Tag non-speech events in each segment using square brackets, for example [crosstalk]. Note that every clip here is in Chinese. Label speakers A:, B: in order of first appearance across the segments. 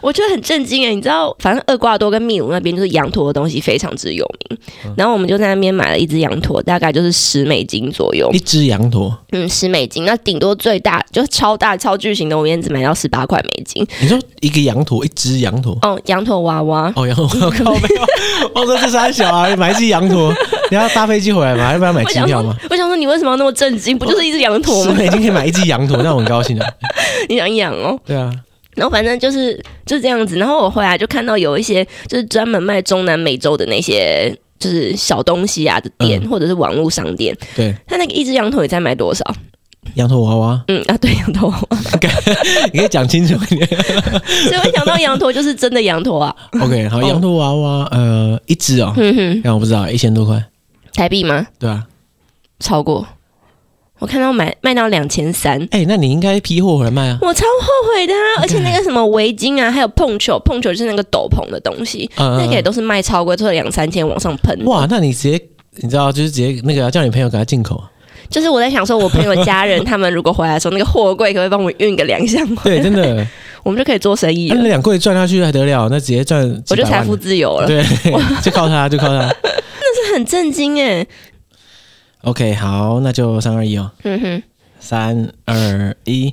A: 我觉得很震惊哎，你知道，反正厄瓜多跟秘鲁那边就是羊驼的东西非常之有名，
B: 嗯
A: 然后我们就在那边买了一只羊驼，大概就是十美金左右
B: 一，只羊驼，
A: 嗯，十美金，那顶多最大就超大超巨型的，我们只买到十八块美金，
B: 你说一个羊驼，一只羊驼。
A: 哦，羊驼娃娃，
B: 哦，羊驼，我靠，没有，我说这三小啊，买一只羊驼，你要搭飞机回来吗？要不要买
A: 我
B: 机
A: 想
B: 票
A: 说
B: 吗？，
A: 我想说你为什么要那么震惊？不就是一只羊驼
B: 十
A: 吗？
B: 美金可以买一只羊驼，那我很高兴啊。
A: [laughs] 你想养哦？
B: 对啊，
A: 然后反正就是就是这样子。然后我回来就看到有一些就是专门卖中南美洲的那些就是小东西啊的店，
B: 嗯
A: 或者是网络商店，
B: 对，
A: 他那个一只羊驼也在卖多少？
B: 羊驼娃娃，
A: 嗯啊，对，羊 [laughs] 驼。
B: 你可以讲清楚一点。
A: 所以我想到羊驼就是真的羊驼啊，
B: OK，好，羊驼娃娃，呃，一只哦，
A: 哼哼，
B: 让我不知道，一千多块，
A: 台币吗？
B: 对啊。
A: 超过，我看到买卖到两千三。
B: 哎，那你应该批货回来卖啊。
A: 我超后悔的、
B: 嗯
A: 啊，而且那个什么围巾啊，还有碰球，碰球就是那个斗篷的东西，
B: 嗯
A: 那
B: 嗯
A: 个也都是卖超过，就是两三千往上喷。
B: 哇，那你直接，你知道，就是直接那个叫你朋友给他进口。
A: 就是我在想说，我朋友家人他们如果回来的时候，那个货柜可不可以帮我们运个两
B: [laughs]
A: 箱回
B: 对，
A: 来？[laughs]
B: 真的，
A: 我们就可以做生意
B: 啊那
A: 了。
B: 两柜赚下去还得了？那直接赚几
A: 我就
B: 百
A: 财
B: 万
A: 富自由了，
B: 对， [laughs] 就靠他，就靠他。
A: 这很震惊哎。
B: OK，好，那就三二一哦，
A: 嗯哼，
B: 三二一，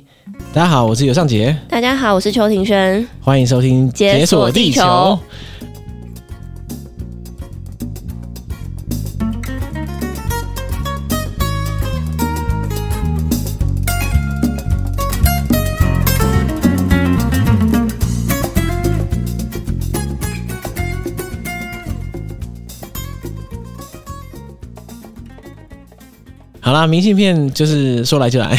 B: 大家好，我是尤尚杰，
A: 大家好，我是邱庭轩。
B: 欢迎收听《
A: 解锁地球
B: 球》。好啦，明信片就是说来就来，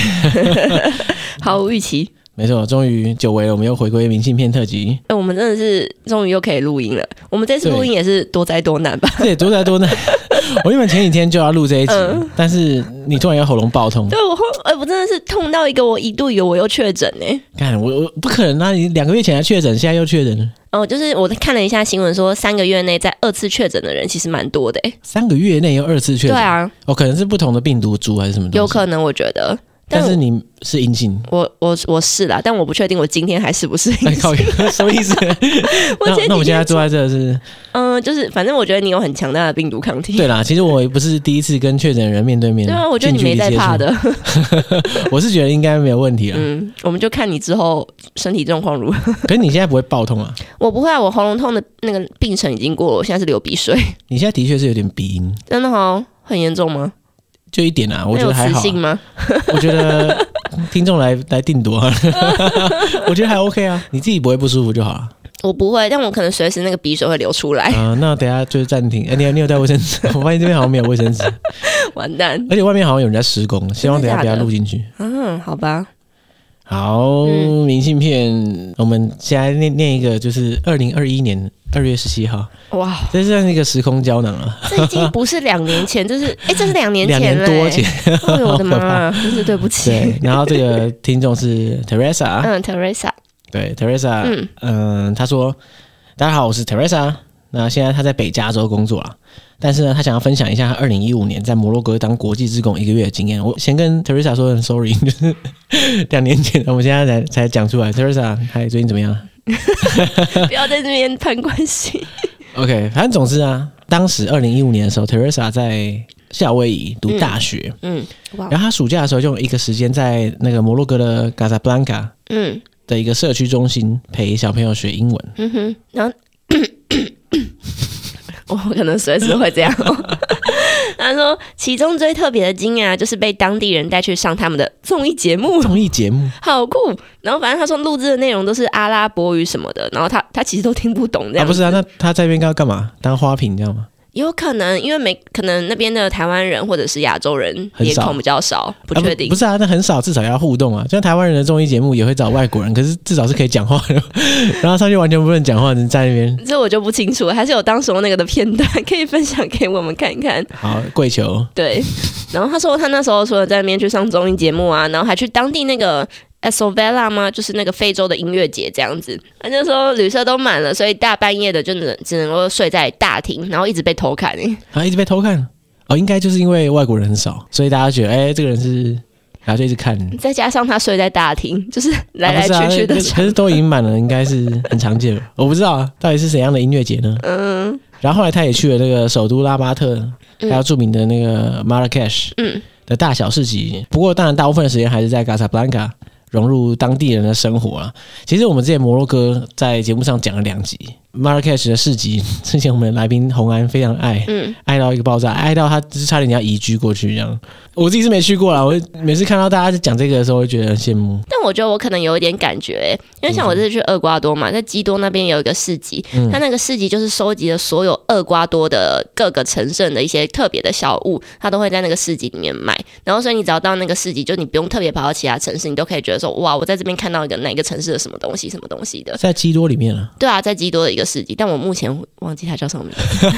B: [laughs]
A: 毫无预期，
B: 没错，终于久违了，我们又回归明信片特辑。
A: 哎、我们真的是终于又可以录音了。我们这次录音也是多灾多难吧？ [laughs]
B: [laughs] 对，多才多难。我原本前几天就要录这一集，
A: 嗯
B: 但是你突然要喉咙爆痛，
A: 对我后，哎、我真的是痛到一个，我一度以为我又确诊呢。
B: 看我我不可能啊！你两个月前还确诊，现在又确诊了，
A: 哦，就是我看了一下新闻说，三个月内在二次确诊的人其实蛮多的、欸。
B: 三个月内又二次确
A: 对
B: 诊，
A: 啊，
B: 哦，可能是不同的病毒株还是什么东西，
A: 有可能我觉得，
B: 但
A: 但
B: 是你是
A: [laughs]
B: 阴性，
A: 我我我是啦，但我不确定我今天还是不是
B: 哎
A: 阴性。
B: 靠， [laughs] 什么意思？
A: [laughs] 我
B: 那
A: 前
B: 那我
A: 几
B: 现在
A: 天
B: 坐在
A: [laughs]
B: 这是，
A: 嗯、就是反正我觉得你有很强大的病毒抗体。
B: 对啦，其实我也不是第一次跟确诊人面对面，
A: 对啊，我觉得你
B: 近
A: 没
B: 距离
A: 在
B: 接触
A: 怕，的。 [laughs]
B: 我是觉得应该没有问题啊。
A: 嗯，我们就看你之后身体状况如何。 [laughs]
B: 可是你现在不会爆痛啊？
A: 我不会啊，我喉咙痛的那个病程已经过了，我现在是流鼻水，
B: 你现在的确是有点鼻音，
A: 真的哦，很严重吗？
B: 就一点啊，我
A: 那
B: 觉
A: 有
B: 得还
A: 磁
B: 好啊、
A: 性吗？
B: 我觉得听众来来定夺啊， [laughs] 我觉得还 OK 啊，你自己不会不舒服就好了。
A: 我不会，但我可能随时那个鼻水会流出来，
B: 啊、那等一下就是暂停。哎、你有你有带卫生纸？ [laughs] 我发现这边好像没有卫生纸，
A: 完蛋。
B: 而且外面好像有人在施工，希望等一下
A: 真的
B: 不
A: 假
B: 要
A: 的
B: 录进去。
A: 嗯，好吧，
B: 好，
A: 嗯
B: 明信片，我们现在念念一个，就是二零二一年二月十七号，
A: 哇，
B: 这算是一个时空胶囊啊，
A: 这已经不是两年前， [laughs] 这是哎、这是两年
B: 两
A: 前、欸，
B: 年多前。
A: 哎呦我的妈
B: [laughs] 好
A: 啊，真是对不起。
B: 对，然后这个听众是 Teresa，、
A: 嗯，Teresa，
B: 对 Teresa，
A: 嗯
B: 嗯，他说：“大家好，我是 Teresa。那现在他在北加州工作啦，但是呢，他想要分享一下他二零一五年在摩洛哥当国际职工一个月的经验。我先跟 Teresa 说很 sorry，就是 [laughs] 两年前，我们现在才才讲出来。Teresa，嗨，最近怎么样
A: 不要在这边攀关系。
B: ？OK，反正总之啊，当时二零一五年的时候，Teresa 在夏威夷读大学，
A: [laughs] 嗯，哇，
B: 然后他暑假的时候就有一个时间在那个摩洛哥的 Casablanca
A: 嗯
B: 的一个社区中心陪小朋友学英文。
A: 嗯哼，然后 [coughs] 我可能随时会这样 [laughs] 哦、他说，其中最特别的经验啊，就是被当地人带去上他们的综艺节目，
B: 综艺节目，
A: 好酷。然后反正他说录制的内容都是阿拉伯语什么的，然后他他其实都听不懂这
B: 啊，
A: 样
B: 不。是啊，那他在那边要干嘛？当花瓶这样吗？
A: 有可能因为没可能那边的台湾人或者是亚洲人
B: 很
A: 脸
B: 少
A: 孔比较少，不
B: 啊
A: 确定
B: 不。是啊，那很少，至少要互动啊。像台湾人的综艺节目也会找
A: [laughs]
B: 外国人，可是至少是可以讲话的。然后上去完全不能讲话，只能在那边
A: 这我就不清楚了，还是有当时候那个的片段可以分享给我们看看。
B: 好跪求。
A: 对，然后他说他那时候除了在那边去上综艺节目啊，然后还去当地那个 e s o v e l a 吗？就是那个非洲的音乐节这样子。他就说旅社都满了，所以大半夜的就能只能够睡在大厅，然后一直被偷看、欸。
B: 啊，一直被偷看。哦，应该就是因为外国人很少，所以大家觉得，哎、这个人是然后就一直看。
A: 再加上他睡在大厅， [laughs] 就是来来
B: 啊不
A: 去
B: 是
A: 去
B: 啊 [laughs]
A: 的
B: 那可
A: 场。
B: 是都已经满了，应该是很常见吧？我不知道啊到底是怎样的音乐节呢？
A: 嗯
B: 然后后来他也去了那个首都拉巴特，还
A: 嗯
B: 有著名的那个 Marrakesh
A: 嗯，
B: 的大小市集。不过，当然大部分的时间还是在 Casablanca 融入当地人的生活啊。其实我们之前摩洛哥在节目上讲了两集 Marrakesh 的市集，之前我们的来宾洪安非常爱，
A: 嗯，
B: 爱到一个爆炸，爱到他就是差点要移居过去这样。我自己是没去过啦，我每次看到大家在讲这个的时候，会觉得很羡慕。
A: 但我觉得我可能有一点感觉、欸，因为
B: 嗯
A: 像我这次去厄瓜多嘛，在基多那边有一个市集，它那个市集就是收集了所有厄瓜多的各个城镇的一些特别的小物，它都会在那个市集里面卖。然后，所以你只要到那个市集，就你不用特别跑到其他城市，你都可以觉得说，哇，我在这边看到一个哪个城市的什么东西，什么东西的。
B: 在基多里面啊，
A: 对啊，在基多的一个市集，但我目前忘记它叫什么名
B: [laughs]
A: 字，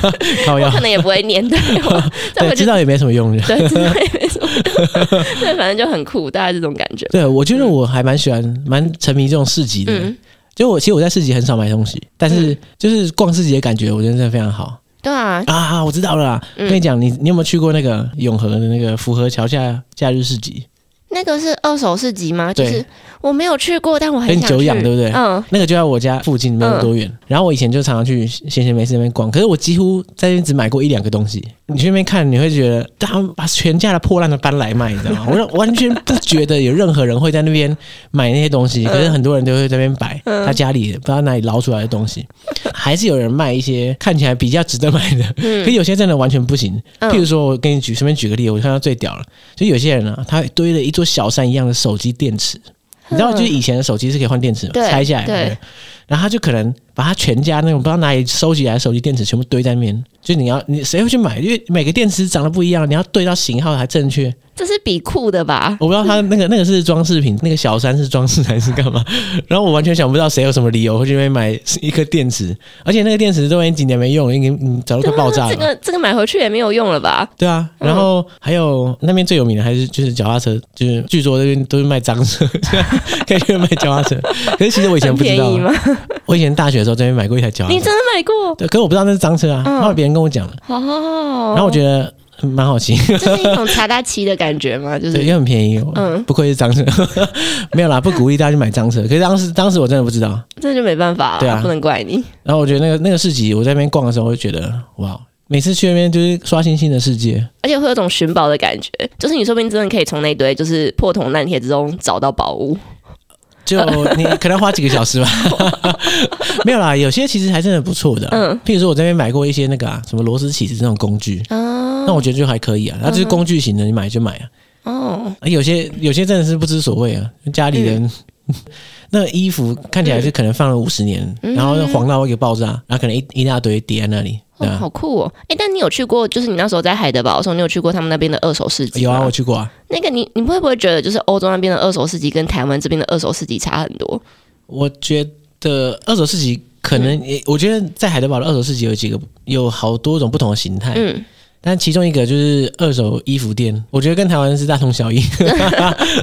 B: 靠
A: [laughs] 我
B: 腰
A: 可，能也不会念对，我 [laughs] 但我
B: 对，
A: 就
B: 知道也没什么用。
A: 对，知道也没什么用，对，反正就很酷，大概这种感觉。
B: 对，我觉得我还蛮喜欢，蛮沉迷这种市集的。
A: 嗯，
B: 就我其实我在市集很少买东西，但是就是逛市集的感觉，我觉得真的非常好
A: 对啊，
B: 啊！我知道了啦，
A: 嗯
B: 跟你讲，你你有没有去过那个永和的那个福和桥下假日市集？
A: 那个是二手市集吗？就
B: 对
A: 是我没有去过，但我很
B: 跟
A: 想去。
B: 久仰对不对
A: 嗯，
B: 那个就在我家附近没有多远。然后我以前就常常去闲闲没事那边逛，可是我几乎在那边只买过一两个东西。你去那边看，你会觉得他们把全家的破烂的搬来卖，你知道吗？我让完全不觉得有任何人会在那边买那些东西，可是很多人都会在那边摆他家里不知道哪里捞出来的东西，还是有人卖一些看起来比较值得买的。可是有些真的完全不行。
A: 嗯
B: 譬如说，我给你举随便举个例，我看到最屌了，就有些人啊，他堆了一座小山一样的手机电池。你知道，就是以前的手机是可以换电池嘛，
A: 嗯对
B: 拆下来嘛，
A: 对
B: 对然后他就可能把他全家那种不知道哪里收集来的手机电池全部堆在那边，就你要你谁会去买？因为每个电池长得不一样，你要对到型号还正确。
A: 这是比酷的吧？
B: 我不知道他那个那个是装饰品，那个小三是装饰还是干嘛？然后我完全想不到谁有什么理由会去那边买一颗电池，而且那个电池都已经几年没用了，已经嗯早就快爆炸了
A: 这。个这个买回去也没有用了吧？
B: 对啊，
A: 嗯
B: 然后还有那边最有名的还是就是脚踏车，就是据说那边都是卖脏车， [laughs] 可以去卖脚踏车。
A: [laughs]
B: 可是其实我以前
A: 很
B: 不知
A: 便
B: 道啊
A: 宜，吗？
B: 我以前大学的时候在那边买过一台脚踏
A: 你
B: 车，
A: 真的买过？
B: 对，可是我不知道那是脏车啊，
A: 嗯
B: 后来别人跟我讲了，
A: 哦，
B: 然后我觉得嗯蛮好奇， [laughs]
A: 得这是一种查达奇的感觉吗？就
B: 对，
A: 是
B: 也很便宜，
A: 嗯
B: 不愧是脏车， [laughs] 没有啦，不鼓励大家去买脏车，可是当时当时我真的不知道，
A: 这就没办法
B: 对啊
A: 了，不能怪你。
B: 然后我觉得那个那个市集，我在那边逛的时候，我就觉得哇，每次去那边就是刷新新的世界，
A: 而且会有种寻宝的感觉，就是你说不定真的可以从那堆就是破铜烂铁之中找到宝物。
B: 就你可能要花几个小时吧， [laughs] 没有啦，有些其实还真的不错的、啊
A: 嗯
B: 譬如说我这边买过一些那个啊，什么螺丝起子这种工具，
A: 啊
B: 那我觉得就还可以啊，它就是
A: 嗯
B: 工具型的，你买就买啊，
A: 哦，
B: 啊有些有些真的是不知所谓啊，家里人。 [laughs] 那衣服看起来是可能放了五十年，
A: 嗯
B: 然后黄到一个爆炸，然后可能一一大堆叠在那里，对
A: 哦
B: 啊，
A: 好酷哦！哎，但你有去过，就是你那时候在海德堡的时候，你有去过他们那边的二手市集
B: 有
A: 吗
B: 啊，我去过啊，
A: 那个你你会不会觉得，就是欧洲那边的二手市集跟台湾这边的二手市集差很多？
B: 我觉得二手市集可
A: 嗯
B: 能也，我觉得在海德堡的二手市集有几个有好多种不同的形态，
A: 嗯，
B: 但其中一个就是二手衣服店，我觉得跟台湾是大同小异， [laughs]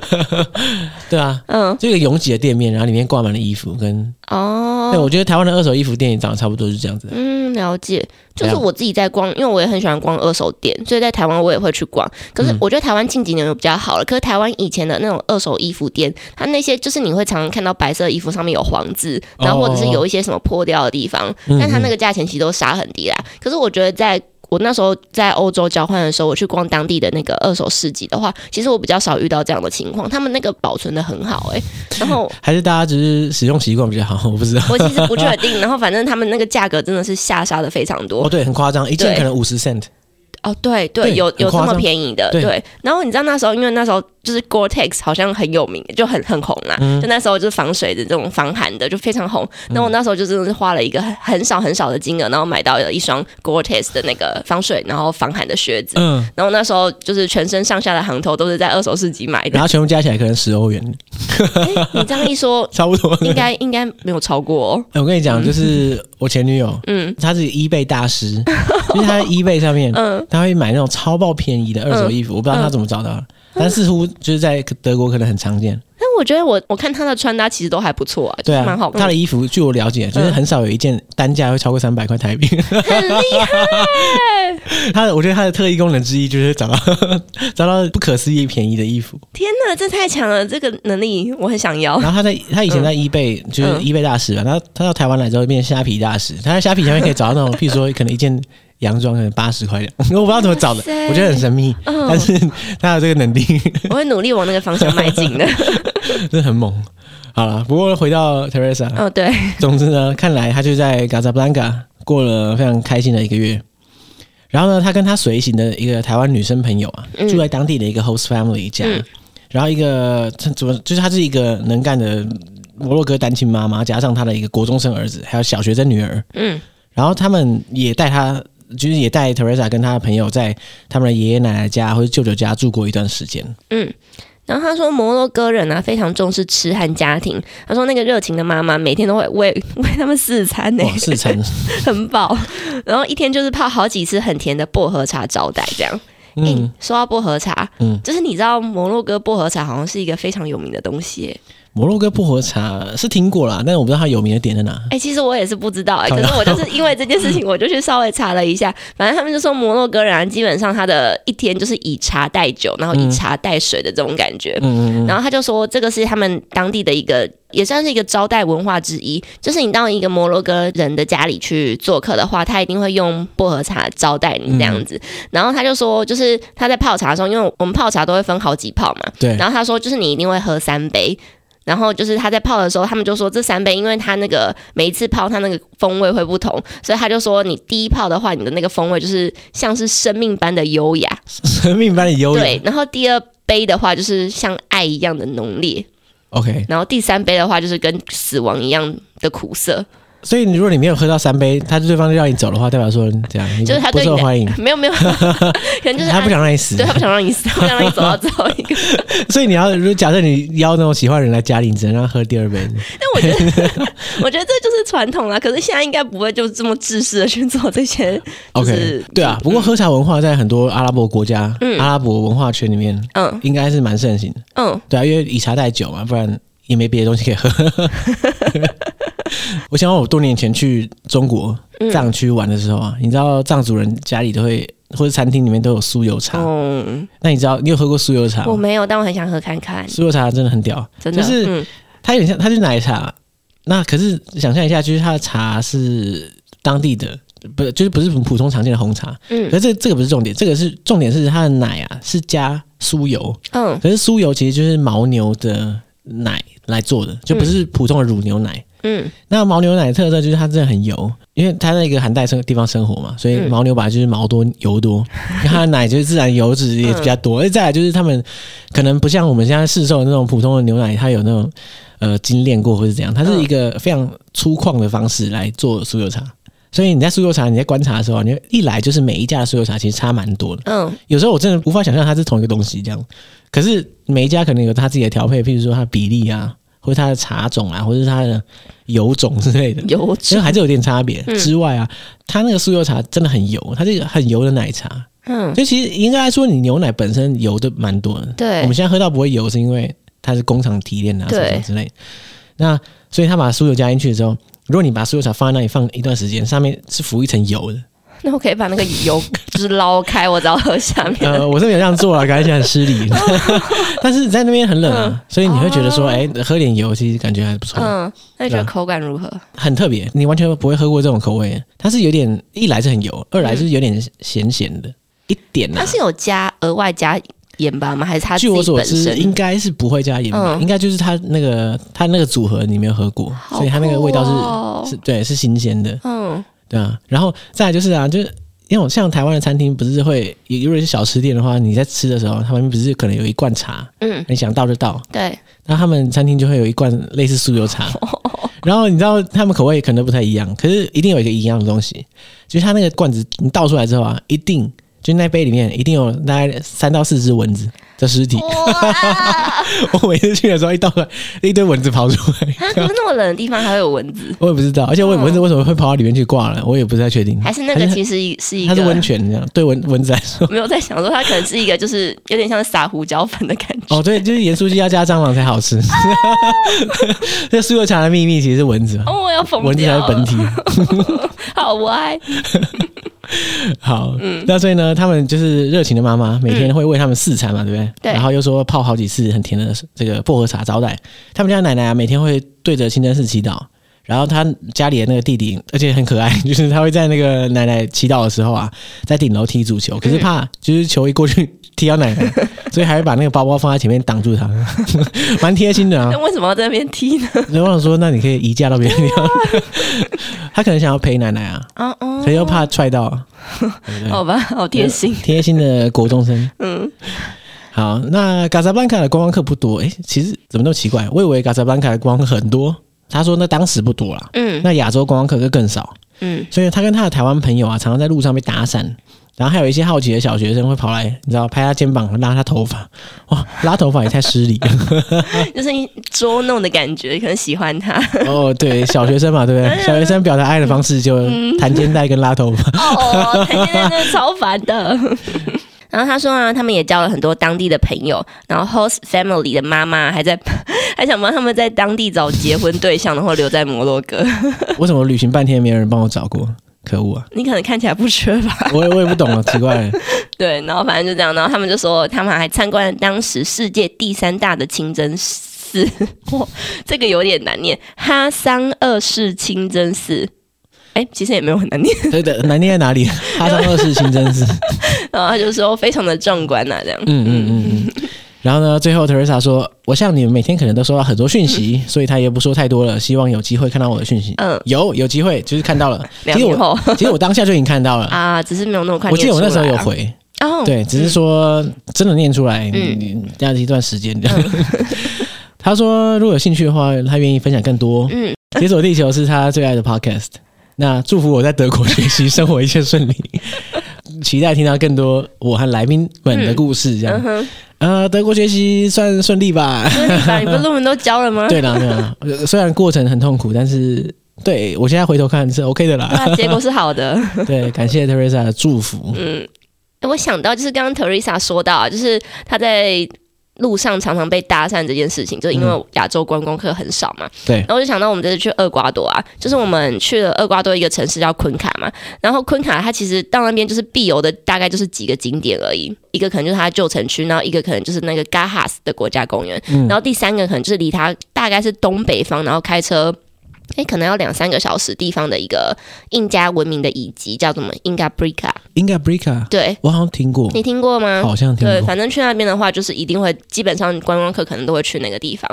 B: 对啊，嗯，这个拥挤的店面，然后里面挂满了衣服，跟、对
A: 哦，
B: 我觉得台湾的二手衣服店也长得差不多是这样子，
A: 嗯，了解。就
B: 怎
A: 是
B: 样
A: 我自己在逛，因为我也很喜欢逛二手店，所以在台湾我也会去逛。可是我觉得台湾近几年有比较好了，可是台湾以前的那种二手衣服店，它那些就是你会常常看到白色衣服上面有黄字，然后或者是有一些什么破掉的地方，但它那个价钱其实都杀很低啦。可是我觉得在我那时候在欧洲交换的时候，我去逛当地的那个二手市集的话，其实我比较少遇到这样的情况，他们那个保存的很好诶、然后
B: 还是大家只是使用习惯比较好，我不知道。
A: 我其实不确定，然后反正他们那个价格真的是下杀的非常多
B: 哦，。对，很夸张，一件
A: 对
B: 可能五十 cent，
A: 哦，对对，
B: 对
A: 有
B: 很
A: 有这
B: 夸
A: 么
B: 张
A: 便宜的，
B: 对
A: 对。然后你知道那时候，因为那时候就是 Gore-Tex 好像很有名，就很很红啦、
B: 嗯
A: 就那时候就是防水的这种防寒的就非常红。那我那时候就真的是花了一个很很少很少的金额，然后买到了一双 Gore-Tex 的那个防水然后防寒的靴子。
B: 嗯，
A: 然后那时候就是全身上下的行头都是在二手市集买
B: 然
A: 的
B: 后。全部加起来可能十欧元，
A: [laughs] 你这样一说，
B: 差不多。
A: 应该应该没有超过、哦。
B: 我跟你讲，就是我前女友，
A: 嗯
B: 她是 eBay 大师，
A: 嗯
B: 就是她在 eBay 上面，她会买那种超爆便宜的二手衣服，我不知道她怎么找到的。但似乎就是在德国可能很常见。
A: 但我觉得我我看他的穿搭其实都还不错啊，就
B: 对
A: 是
B: 啊，
A: 蛮好看
B: 他的衣服，据我了解，就是很少有一件单价会超过三百块台币。 [laughs]
A: 很厉害！
B: 他的，我觉得他的特异功能之一就是找到 [laughs] 找到不可思议便宜的衣服。
A: 天哪，这太强了，这个能力我很想要。
B: 然后他在他以前在 eBay、就是
A: 哦嗯
B: eBay 大使啊，然后他到台湾来之后变成虾皮大使，他在虾皮上面可以找到那种，譬如说可能一件洋装可能八十块的， [laughs] 我不知道怎么找的
A: 哇，塞
B: 我觉得很神秘，
A: 嗯
B: 但，是他有这个能力， [laughs]
A: [laughs] 我会努力往那个方向迈进的。
B: 真的很猛。好了，不过回到 Teresa，、
A: 哦，对，
B: 总之呢，看来他就在 Casablanca 过了非常开心的一个月。然后呢，他跟他随行的一个台湾女生朋友啊，
A: 嗯
B: 住在当地的一个 host family 家。
A: 嗯
B: 然后一个她怎么，就是她是一个能干的摩洛哥单亲妈妈，加上她的一个国中生儿子，还有小学生女儿。
A: 嗯，
B: 然后他们也带她，就是也带 Teresa 跟她的朋友在他们的爷爷奶奶家或者舅舅家住过一段时间。
A: 嗯，然后他说摩洛哥人啊非常重视吃和家庭。他说那个热情的妈妈每天都会喂 [laughs] 喂他们四餐呢、
B: 哇，四餐，
A: 很饱。然后一天就是泡好几次很甜的薄荷茶招待这样。嗯、
B: 嗯，
A: 说到薄荷茶，
B: 嗯
A: 就是你知道摩洛哥薄荷茶好像是一个非常有名的东西耶、
B: 摩洛哥薄荷茶是听过啦，但是我不知道它有名的点在哪。
A: [laughs] 哎、其实我也是不知道哎、
B: 好
A: 可
B: 的
A: 是我就是因为这件事
B: [laughs]
A: 情，我就去稍微查了一下。反正他们就说摩洛哥人啊基本上他的一天就是以茶代酒，然后以茶代水的这种感觉。
B: 嗯嗯嗯嗯，
A: 然后他就说，这个是他们当地的一个，也算是一个招待文化之一。就是你到一个摩洛哥人的家里去做客的话，他一定会用薄荷茶招待你这样子。
B: 嗯
A: 然后他就说，就是他在泡茶的时候，因为我们泡茶都会分好几泡嘛，
B: 对，
A: 然后他说，就是你一定会喝三杯。然后就是他在泡的时候，他们就说这三杯，因为他那个每一次泡，它那个风味会不同，所以他就说你第一泡的话，你的那个风味就是像是生命般的优雅，
B: 生命般的优雅
A: 对。。然后第二杯的话，就是像爱一样的浓烈，
B: OK，
A: 然后第三杯的话，就是跟死亡一样的苦涩。 [laughs]
B: 所以你如果你没有喝到三杯，他对方就让你走的话，代表说这样你
A: 就是他
B: 不
A: 对你
B: 受
A: 的
B: 欢迎，
A: 没有 [laughs] 没有，可能就是
B: 他不
A: 按
B: 想让你死
A: 对。他不想让你死，他不想让你走到最后一个。
B: [laughs]
A: [laughs]
B: 所以你要，如果假设你邀那种喜欢的人来家里，你只能让他喝第二杯。
A: 但我觉得， [laughs] 我觉得这就是传统啦。可是现在应该不会就这么自私的去做这些。
B: OK，、
A: 是
B: 对啊。不过喝茶文化在很多阿拉伯国家、
A: 嗯
B: 阿拉伯文化圈里面，
A: 嗯
B: 应该是蛮盛行的。
A: 嗯，
B: 对啊，因为以茶代酒嘛，不然也没别的东西可以
A: [laughs]
B: 喝。我想到我多年前去中国
A: 嗯
B: 藏区玩的时候啊，你知道藏族人家里都会，或者餐厅里面都有酥油茶。
A: 嗯，
B: 那你知道你有喝过酥油茶吗？
A: 我没有，但我很想喝看看，
B: 酥油茶真的很屌，
A: 真的。
B: 就是
A: 嗯
B: 它有点像，它就是奶茶。那可是想象一下，就是它的茶是当地的，不就是不是普通常见的红茶。可
A: 嗯
B: 是这这个不是重点，这个是重点是它的奶啊是加酥油，
A: 嗯
B: 可是酥油其实就是牦牛的奶来做的，就不是普通的乳牛奶。
A: 嗯
B: 那牦牛奶的特色就是它真的很油，因为它在一个寒带生地方生活嘛，所以
A: 嗯
B: 牦牛本来就是毛多油多， [laughs] 然后它的奶就是自然油脂也比较多。而且再来就是他们可能不像我们现在市售的那种普通的牛奶，它有那种呃精炼过或是怎样，它是一个非常粗犷的方式来做酥油茶。所以你在酥油茶你在观察的时候，你会一来就是每一家的酥油茶其实差蛮多的。
A: 嗯
B: 有时候我真的无法想象它是同一个东西这样。可是每一家可能有它自己的调配，譬如说它的比例啊，或者它的茶种啊，或者是它的油种之类的， [laughs]
A: 有
B: 所以
A: 种
B: 还是有点差别。
A: 嗯
B: 之外啊，它那个酥油茶真的很油，它是一个很油的奶茶。
A: 嗯，
B: 所以其实应该来说，你牛奶本身油的蛮多的。我
A: 对
B: 们，现在喝到不会油，是因为它是工厂提炼啊，
A: 对
B: 什么什么之类的。那所以它把酥油加进去之后，如果你把酥油茶放在那里放一段时间，上面是浮一层油的。
A: 那我可以把那个油就是捞开，我只要喝下面。
B: [laughs]
A: 嗯
B: 呃，我是没有这样做啊，感觉很
A: [laughs]
B: 失礼。但是在那边很冷啊，所以你会觉得说，哎、喝点油其实感觉还不错，
A: 哦嗯，那你觉得
B: 对啊
A: 口感如何？
B: 很特别。你完全不会喝过这种口味，它是有点一来是很油，二来是有点咸咸的，一点呢、
A: 它是有加额外加盐巴吗？还是嗯它自
B: 据我
A: 己
B: 所
A: 本
B: 知，应
A: 身？
B: 该是不会加盐吧？
A: 嗯
B: 应该就是它那个它那个组合你没有喝过，
A: 好
B: 所以它那个味道是、
A: 酷哦
B: 是对是新鲜的。
A: 嗯
B: 对啊，然后再来就是啊，就是因为我像台湾的餐厅不是会，如果是小吃店的话，你在吃的时候，他们不是可能有一罐茶，
A: 嗯，
B: 你想倒就倒，
A: 对，
B: 那他们餐厅就会有一罐类似酥油
A: [laughs]
B: 茶，然后你知道他们口味可能不太一样，可是一定有一个一样的东西，就是它那个罐子你倒出来之后啊，一定就那杯里面一定有大概三到四只蚊子的尸
A: 哦
B: 体。
A: 哇！
B: [laughs] 我每次去的时候，一到一堆蚊子跑出
A: [laughs]
B: 来，
A: 啊，怎么那么冷的地方还会有蚊子？
B: 我也不知道，而且我也蚊子为什么会跑到里面去挂了，我也不太确定。
A: 哦还是那个其实是一
B: 它
A: 个
B: 是温泉这样，对蚊蚊子来说，
A: 没有在想说，它可能是一个就是有点像撒胡椒粉的感觉。
B: 哦，对，就是盐酥鸡要加蟑螂才
A: [laughs]
B: 好
A: 哦
B: [laughs] 吃。这酥油茶的秘密其实是蚊子，
A: 哦，我要疯
B: 蚊子才
A: 掉
B: 是本
A: 了，
B: 体。
A: 好歪。
B: 好，那所以呢，他们就是热情的妈妈，每天会喂他们四餐嘛，对不对？
A: 对
B: 然后又说泡好几次很甜的这个薄荷茶招待他们家奶奶啊，每天会对着清真寺祈祷。然后他家里的那个弟弟，而且很可爱， [laughs] 就是他会在那个奶奶祈祷的时候啊，在顶楼踢足球，可是怕就是球一过去踢到奶奶，所以还会把那个包包放在前面挡住他， [laughs] 蛮贴
A: [laughs]
B: 心的啊
A: 那。为什么要在那边踢呢？
B: 然后我想说，那你可以移驾到别的地方， [laughs] 他可能想要陪奶奶啊，
A: 啊哦
B: 可，是又怕踹到啊，
A: 好吧，好贴心。
B: 贴心的国中生。
A: 嗯，
B: 好，那嘎萨布兰卡的观光客不多，诶，其实怎么那么奇怪？我以为嘎萨布兰卡的观光客很多，他说那当时不多啦，
A: 嗯
B: 那亚洲观光客就更少，
A: 嗯，
B: 所以他跟他的台湾朋友啊，常常在路上被打散，然后还有一些好奇的小学生会跑来，你知道拍他肩膀拉他头发，哇，拉头发也太失
A: [laughs]
B: 礼了。
A: 就是你捉弄的感觉，可能喜欢 [laughs] 他。
B: 哦，对，小学生嘛，对不
A: 哎
B: 对？小学生表达爱的方式就
A: 嗯
B: 弹肩带跟拉头发，
A: 哦，谈恋爱真的超烦的。 [laughs] 然后他说啊，他们也交了很多当地的朋友，然后 host family 的妈妈还在 [laughs] 还想帮他们在当地找结婚对象，然后留在摩洛哥。
B: 为什么旅行半天没有人帮我找过？可恶啊！
A: 你可能看起来不缺吧？
B: 我也我也不懂了，啊奇怪了。
A: 对，然后反正就这样，然后他们就说他们还参观了当时世界第三大的清真寺，哇，这个有点难念，哈桑二世清真寺。哎，其实也没有很难念，
B: 对的，难念在哪里？哈桑二世清真寺。
A: 然后他就说非常的壮观呐、啊，这样。
B: 嗯嗯嗯嗯。然后呢，最后 Teresa 说：“我向你们每天可能都收到很多讯息，所以她也不说太多了，希望有机会看到我的讯息。
A: 嗯，
B: 有有机会，就是看到了。
A: 两
B: 其实
A: 年
B: 我
A: 后
B: 其实我当下就已经看到了，
A: 啊，只是没有那么快
B: 我
A: 念
B: 记
A: 出来啊。
B: 得我那时候有回，
A: 哦，
B: 对，只是说真的念出来，
A: 嗯
B: 嗯，要一段时间。这样他说如果有兴趣的话，他愿意分享更多。
A: 嗯，
B: 解锁地球是他最爱的 podcast。那祝福我在德国学习，生活一切顺利。期待听到更多我和来宾们的故事，这样
A: 嗯。哼，
B: 呃，德国学习算顺利吧？
A: 那你把你不是论文都交了吗？
B: 对啦，对啦，呃虽然过程很痛苦，但是对我现在回头看是 OK 的
A: [laughs]
B: 啦。
A: 那啊结果是好的。
B: 对，感谢 Teresa 的祝福。
A: 嗯，诶我想到就是刚刚 Teresa 说到啊，就是她在路上常常被搭讪这件事情，就是因为亚洲观光客很少嘛。
B: 对
A: 然后我就想到我们这次去厄瓜多啊，就是我们去了厄瓜多一个城市叫昆卡嘛，然后昆卡它其实到那边就是必游的大概就是几个景点而已，一个可能就是它的旧城区，然后一个可能就是那个嘎哈斯的国家公园，然后第三个可能就是离它大概是东北方，然后开车。诶，可能要两三个小时地方的一个印加文明的遗迹，叫什么印加布里卡？
B: 应该 Brica，
A: 对，
B: 我好像听过，
A: 你听过吗？
B: 哦好像听
A: 对，
B: 过。
A: 反正去那边的话，就是一定会，基本上观光客可能都会去那个地方。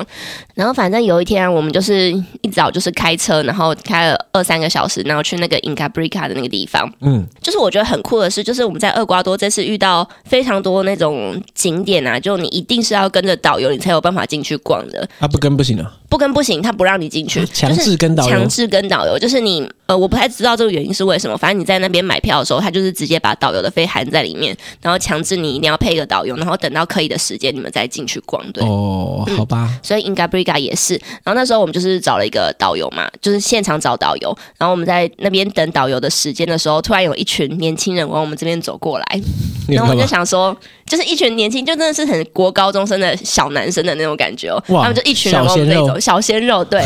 A: 然后反正有一天啊、我们就是一早就是开车，然后开了二三个小时，然后去那个 Inca Brica 的那个地方。
B: 嗯，
A: 就是我觉得很酷的是，就是我们在厄瓜多这次遇到非常多那种景点啊，就你一定是要跟着导游，你才有办法进去逛的。
B: 啊，不跟不行了，
A: 不跟不行，他不让你进去，
B: 强 [laughs] 制跟导
A: 强
B: 游。
A: 制跟导游，就是你呃，我不太知道这个原因是为什么。反正你在那边买票的时候，他就是直接把导游的费含在里面，然后强制你一定要配一个导游，然后等到可以的时间你们再进去逛。对，
B: 哦，好吧，
A: 所以 i n g a b r i g a 也是。然后那时候我们就是找了一个导游嘛，就是现场找导游。然后我们在那边等导游的时间的时候，突然有一群年轻人往我们这边走过来，嗯
B: 你
A: 然后我
B: 干
A: 就
B: 嘛？
A: 想说，就是一群年轻，就真的是很国高中生的小男生的那种感觉哦。
B: 哇
A: 他们就一群人
B: 小
A: 往我们
B: 鲜
A: 这里
B: 肉
A: 走，小鲜肉对。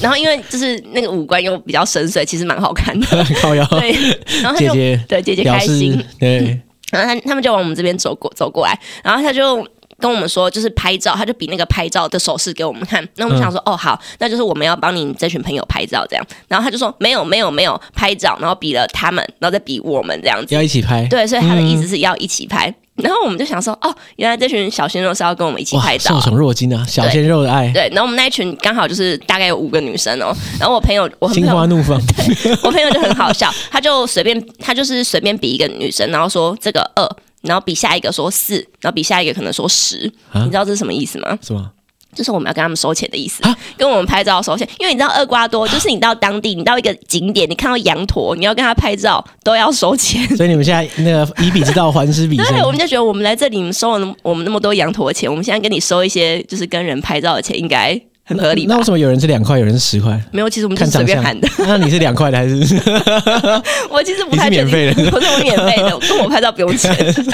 A: 然后因为就是那个五官又比较深邃，其实蛮好看
B: [laughs]
A: 的。
B: 靠腰，
A: 对，然后他
B: 姐
A: 就
B: 姐
A: 对姐姐
B: 表
A: 开
B: 示
A: 心， [laughs]
B: 对，
A: 然后他他们就往我们这边走过走过来，然后他就。跟我们说，就是拍照，他就比那个拍照的手势给我们看。那我们想说，哦，好，那就是我们要帮你这群朋友拍照这样。然后他就说，没有，没有，没有拍照，然后比了他们，然后再比我们这样子。
B: 要一起拍。
A: [laughs] 对，所以他的
B: 嗯
A: 意思是要一起拍。然后我们就想说，哦，原来这群小鲜肉是要跟我们一起
B: 哇，
A: 拍照
B: 受
A: 啊。
B: 宠若惊啊，小鲜肉的爱，
A: 对，然后我们那一群刚好就是大概有五个女生哦。然后我朋友，我朋
B: 心花
A: 友，
B: 怒放。
A: [laughs] 我朋友就很好笑，他就随便，他就是随便比一个女生，然后说这个二，然后比下一个说四，然后比下一个可能说十，
B: 啊
A: 你知道这是什么意思吗？
B: 什么？
A: 就是我们要跟他们收钱的意思
B: 啊，
A: 跟我们拍照收钱，因为你知道厄瓜多，就是你到当地，你到一个景点，你看到羊驼，你要跟他拍照都要收钱。
B: 所以你们现在那个以彼之道还
A: [laughs]
B: 施彼身
A: 对，，我们就觉得我们来这里，你们收了那么我们那么多羊驼的钱，我们现在跟你收一些就是跟人拍照的钱，应该很合理吧
B: 那为？什么有人是两块，有人是十块？
A: 没有，其实我们就
B: 看
A: 是随
B: 长
A: 便
B: 相
A: 喊 [laughs] 的。，
B: [laughs] 那你是两块的还是？
A: 我其实不
B: 你
A: 太
B: 是
A: 确定，
B: 免费的
A: 我是我免费的，跟我拍照不用 [laughs] 钱。对，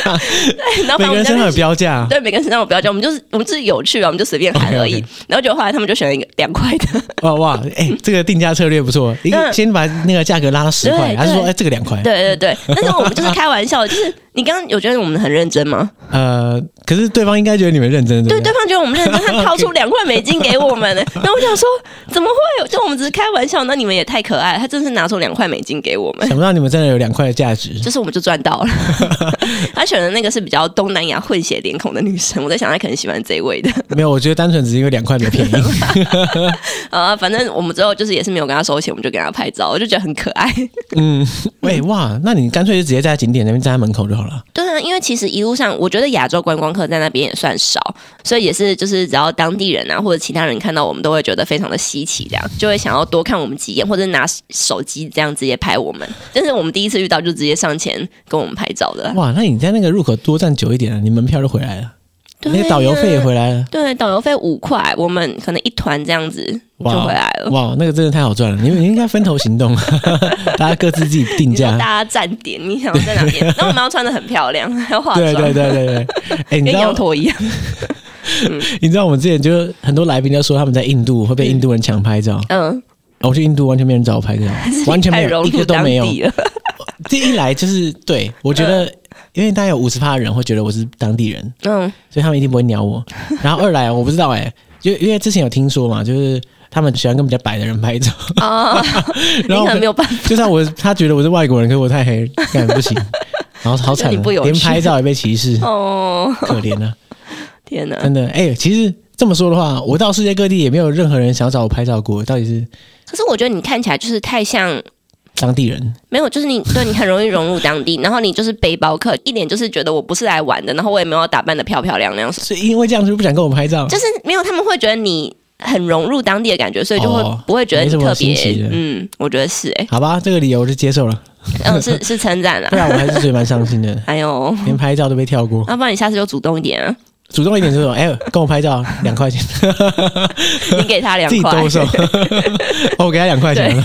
A: 然后反正我
B: 每个
A: 们在 [laughs] 那
B: 人身上
A: 边
B: 有标价，啊
A: 对每个人身上有标价，我们就是我们就是有趣啊，我们就随便喊
B: OK，OK
A: 而已。然后结果后来他们就选了一个两块的，
B: [laughs] 哇哇！哎、这个定价策略不
A: [laughs]
B: 错，一个
A: 嗯
B: 先把那个价格拉到十块，
A: 对
B: 还是说哎、
A: 对
B: 这个两块？
A: [laughs] 对对对。但是我们就是开玩笑，就是你刚刚有觉得我们很认真吗？
B: 呃，可是对方应该觉得你们认真，对
A: 对，
B: 不
A: 对
B: 对？
A: 方觉得我们认真，他掏出两块美金给我们呢。然后我想说，怎么会？就我们只是开玩笑，那你们也太可爱了。他真是拿出两块美金给我们，
B: 想不到你们真的有两块的价
A: [laughs]
B: 值，
A: 就是我们就赚到了。他选的那个是比较东南亚混血脸孔的女生，我在想他可能喜欢这一位的。
B: 没有，我觉得单纯只是因为两块比较便宜。
A: 啊，反正我们最后就是也是没有跟他收钱，我们就给他拍照，我就觉得很可爱。 [laughs]
B: 嗯，喂、哇，那你干脆就直接在景点那边站在门口就好了。
A: 对啊，因为其实一路上我觉得亚洲观光客在那边也算少，所以也是就是只要当地人啊或者其他人看到我们，都会觉得非常的稀奇，这样就会想要多看我们几眼，或者拿手机这样直接拍我们。但是我们第一次遇到就直接上前跟我们拍照的，
B: 哇，那你在那个入口多站久一点啊，你门票就回来了，
A: 对啊
B: 那个导游费也回来了。
A: 对，导游费五块，我们可能一团这样子就
B: 哇
A: 回来了。
B: 哇，那个真的太好赚了！你们你应该分头行动， [laughs] 大家各自自己定
A: 你说
B: 价
A: 大。家站点，你想在哪
B: [laughs]
A: 边？那我们要穿的很漂亮，还要化妆，
B: 对对对对对，
A: [laughs]
B: 哎、你
A: 跟
B: 知道
A: 羊驼一样。
B: 你知道我们之前就很多来宾都说他们在印度会被印度人抢拍照，
A: 嗯，
B: 我去印度完全没人找我拍
A: [laughs]
B: 照，完全没
A: 太融
B: 有一
A: 入
B: 个都
A: 当
B: 没有。
A: 地了。
B: 这一来就是对我
A: [laughs]
B: 觉得，因为大概有五十趴人会觉得我是当地人， [laughs]
A: 嗯，
B: 所以他们一定不会鸟我。然后二来我不知道哎、就因为之前有听说嘛，就是他们喜欢跟比较白的人拍照，
A: 啊，你
B: 然后
A: 可能没
B: 我
A: 有办法。
B: 就算我他觉得我是外国人，可是我太黑，干
A: [laughs]
B: 不行。然后好惨
A: 那你
B: 啊，
A: 不有
B: 连
A: 趣
B: 拍照也被歧视，
A: 哦，
B: 可怜啊！
A: 天哪！ [laughs]
B: 真的哎、其实这么说的话，我到世界各地也没有任何人想找我拍照过，到底是
A: 可是我觉得你看起来就是太像。
B: 当地人。
A: 没有，就是你对你很容易融入当地，然后你就是背包客，一脸就是觉得我不是来玩的，然后我也没有打扮的漂漂亮亮，
B: 所以因为这样就不想跟我拍照，
A: 就是没有他们会觉得你很融入当地的感觉，所以就会
B: 哦
A: 不会觉得你
B: 没什么
A: 特
B: 新奇
A: 别
B: 的。
A: 嗯，我觉得是
B: [laughs]
A: 哎、
B: 好吧，这个理由我就接受了，
A: 嗯，是是称赞
B: 不
A: 啦。
B: 然我还是觉得蛮伤心
A: [laughs]
B: 的，
A: 哎呦，
B: 连拍照都被跳过。
A: 那不然你下次就主动一点啊，
B: 主动一点就说，哎、跟我拍照，两块钱，
A: 你给他两
B: 自己
A: 块 [laughs]
B: 兜，售。哦，我给他两块钱。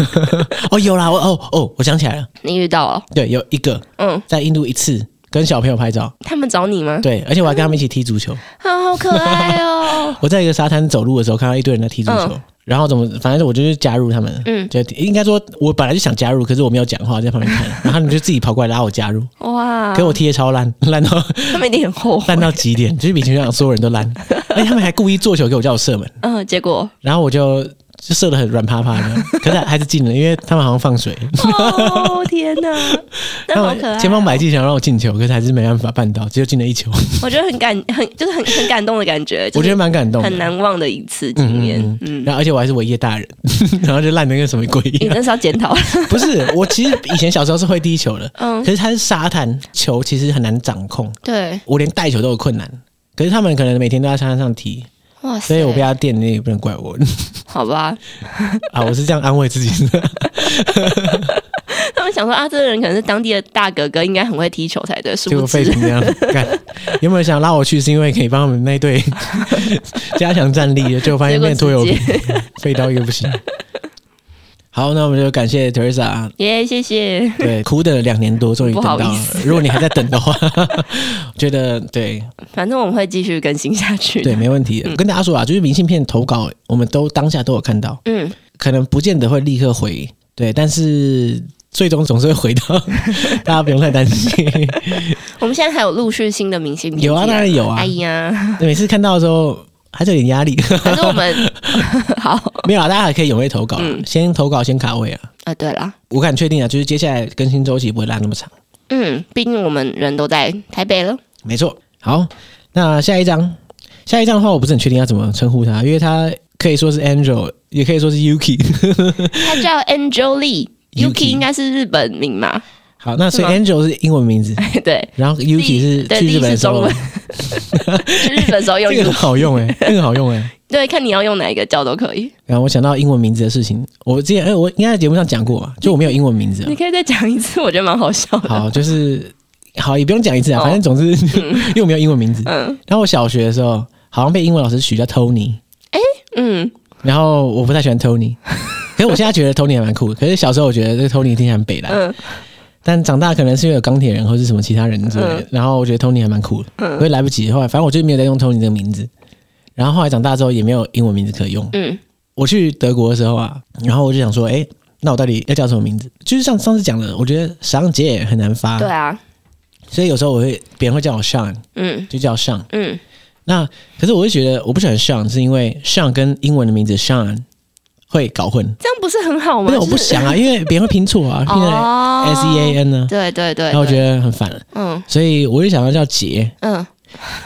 B: [laughs] 哦，有啦，我哦哦，我想起来了，
A: 你遇到了，
B: 对，有一个
A: 嗯，
B: 在印度一次跟小朋友拍照，
A: 他们找你 [laughs] 吗？
B: 对，而且我还跟他们一起踢足球。
A: 啊，好可爱哦，
B: 我在一个沙滩走路的时候，看到一堆人在踢足球，然后怎么，反正我就是加入他们。
A: 嗯，
B: 就应该说，我本来就想加入，可是我没有讲话，在旁边
A: [laughs]
B: 看，然后他们就自己跑过来拉我加入，
A: 哇，
B: 给我踢的超烂，烂
A: [laughs]
B: 到
A: 他们一定很后悔
B: 烂。到极点，就是比平常所有人都烂，而且他们还故意做球给我叫我射门，
A: 嗯，结果
B: 然后我就就射的很软趴趴
A: [laughs]
B: 的，可是还是进了，因为他们好像放水，
A: 哦天
B: [laughs]
A: 哪， [laughs] 那
B: 然
A: 好
B: 后
A: 可爱哦。
B: 前方百计想让我进球，可是还是没办法办到，只有进了一球，
A: 我觉得 [laughs] 很感很就是很很感动的感觉，
B: 我觉得蛮感
A: 就是
B: 动的，
A: 很难忘的一次经验。
B: 嗯
A: 嗯
B: 然后而且我还是唯一的大人， [laughs] 然后就烂的跟什么鬼一
A: 你
B: 样。
A: 那是要检
B: [laughs]
A: 讨，
B: 不是，我其实以前小时候是会踢球的，
A: 嗯
B: 可，是它是沙滩球，其实很难掌控，
A: 对，
B: 我连带球都有困难。可是他们可能每天都在沙滩上踢，
A: 哇
B: 所
A: 塞，
B: 以我被他电，你也不能怪我 [laughs]
A: 好吧，
B: 啊！我是这样安慰自己的。
A: 他们想说啊，这个人可能是当地的大哥哥，应该很会踢球才对，殊
B: 结
A: 不
B: 果废
A: 知
B: 成这样，干原本想拉我去是因为可以帮他们那队 [laughs] 加强战力，结果发现
A: 结果
B: 变拖油
A: 直
B: 瓶
A: 接，
B: 废到一个不行。好，那我们就感谢 Teresa，啊
A: 耶，谢谢，
B: 对，苦等了两年多，终于等到
A: 不好意
B: 了
A: 思。
B: 如果你还在等的话， [laughs] 觉得对
A: 反正我们会继续更新下去。嗯
B: 对，，没问题。我跟大家说啊，就是明信片投稿，我们都当下都有看到，
A: 嗯，
B: 可能不见得会立刻回，对，但是最终总是会
A: [laughs]
B: 回到，大家不用太担心。
A: 我们现在还有陆续新的明星
B: 有啊，当然有啊
A: 哎，
B: [laughs]
A: 呀，
B: 每次看到的时候还是有点压力。
A: 反正我们 [laughs] 嗯好
B: 没有啊，大家还可以踊跃投稿啊，先投稿先卡位啊。
A: 啊，对了。
B: 我敢确定啊，就是接下来更新周期不会拉那么长。
A: 嗯，毕竟我们人都在台北了。
B: 没错，好，那下一张，下一张的话，我不是很确定要怎么称呼他，因为他可以说是 Angel，也可以说是 Yuki， [laughs]
A: 他叫 Angel Lee。
B: Yuki
A: Yuki 应该是日本名嘛？ [laughs]
B: 好，那所以
A: 是吗
B: Angel 是英文名字，
A: 对，
B: 然后 Yuki 是
A: 对
B: 去
A: 第
B: 日
A: 一
B: 本
A: 是
B: 的时
A: 中
B: 候
A: 文，去日本时候用
B: [laughs] 这
A: 英
B: 个
A: 文，
B: 很好
A: [laughs]
B: 用哎、这个好用哎、
A: 对，看你要用哪一个叫都可以。
B: 然后我想到英文名字的事情，我之前哎、我应该在节目上讲过吧，就我没有英文名字啊、
A: 嗯你可以再讲一次，我觉得蛮好笑的。
B: 好，就是好也不用讲一次啊，
A: 哦
B: 反正总之、 [laughs] 因为我没有英文名字。
A: 嗯
B: 然后我小学的时候好像被英文老师取叫 Tony，
A: 嗯，
B: 然后我不太喜
A: [laughs]
B: 欢 Tony，可是我现在觉得 Tony 还蛮酷的。可是小时候我觉得这个 Tony 听起来很北蓝，
A: 嗯
B: 但长大可能是因为有钢铁人或是什么其他人之类的，
A: 嗯
B: 然后我觉得 Tony 还蛮酷的，我也来不及。后来反正我就没有再用 Tony 这个名字，然后后来长大之后也没有英文名字可以用。
A: 嗯
B: 我去德国的时候啊，然后我就想说，哎、那我到底要叫什么名字？就是像上次讲的，我觉得上杰也很难发，
A: 对啊，
B: 所以有时候我会别人会叫我 Sean，
A: 嗯
B: 就叫 Sean。
A: 嗯，
B: 那可是我会觉得我不喜欢 Sean，是因为 Sean 跟英文的名字 Sean 会搞混。
A: 这样不是很好吗？
B: 不是我不
A: 就是 [laughs]
B: 想啊，因为别人会拼错啊，拼成
A: 哦
B: S E A N 呢、
A: 对对对，
B: 然后我觉
A: 得，
B: 得很烦，
A: 嗯
B: 所以我就想要叫杰。
A: 嗯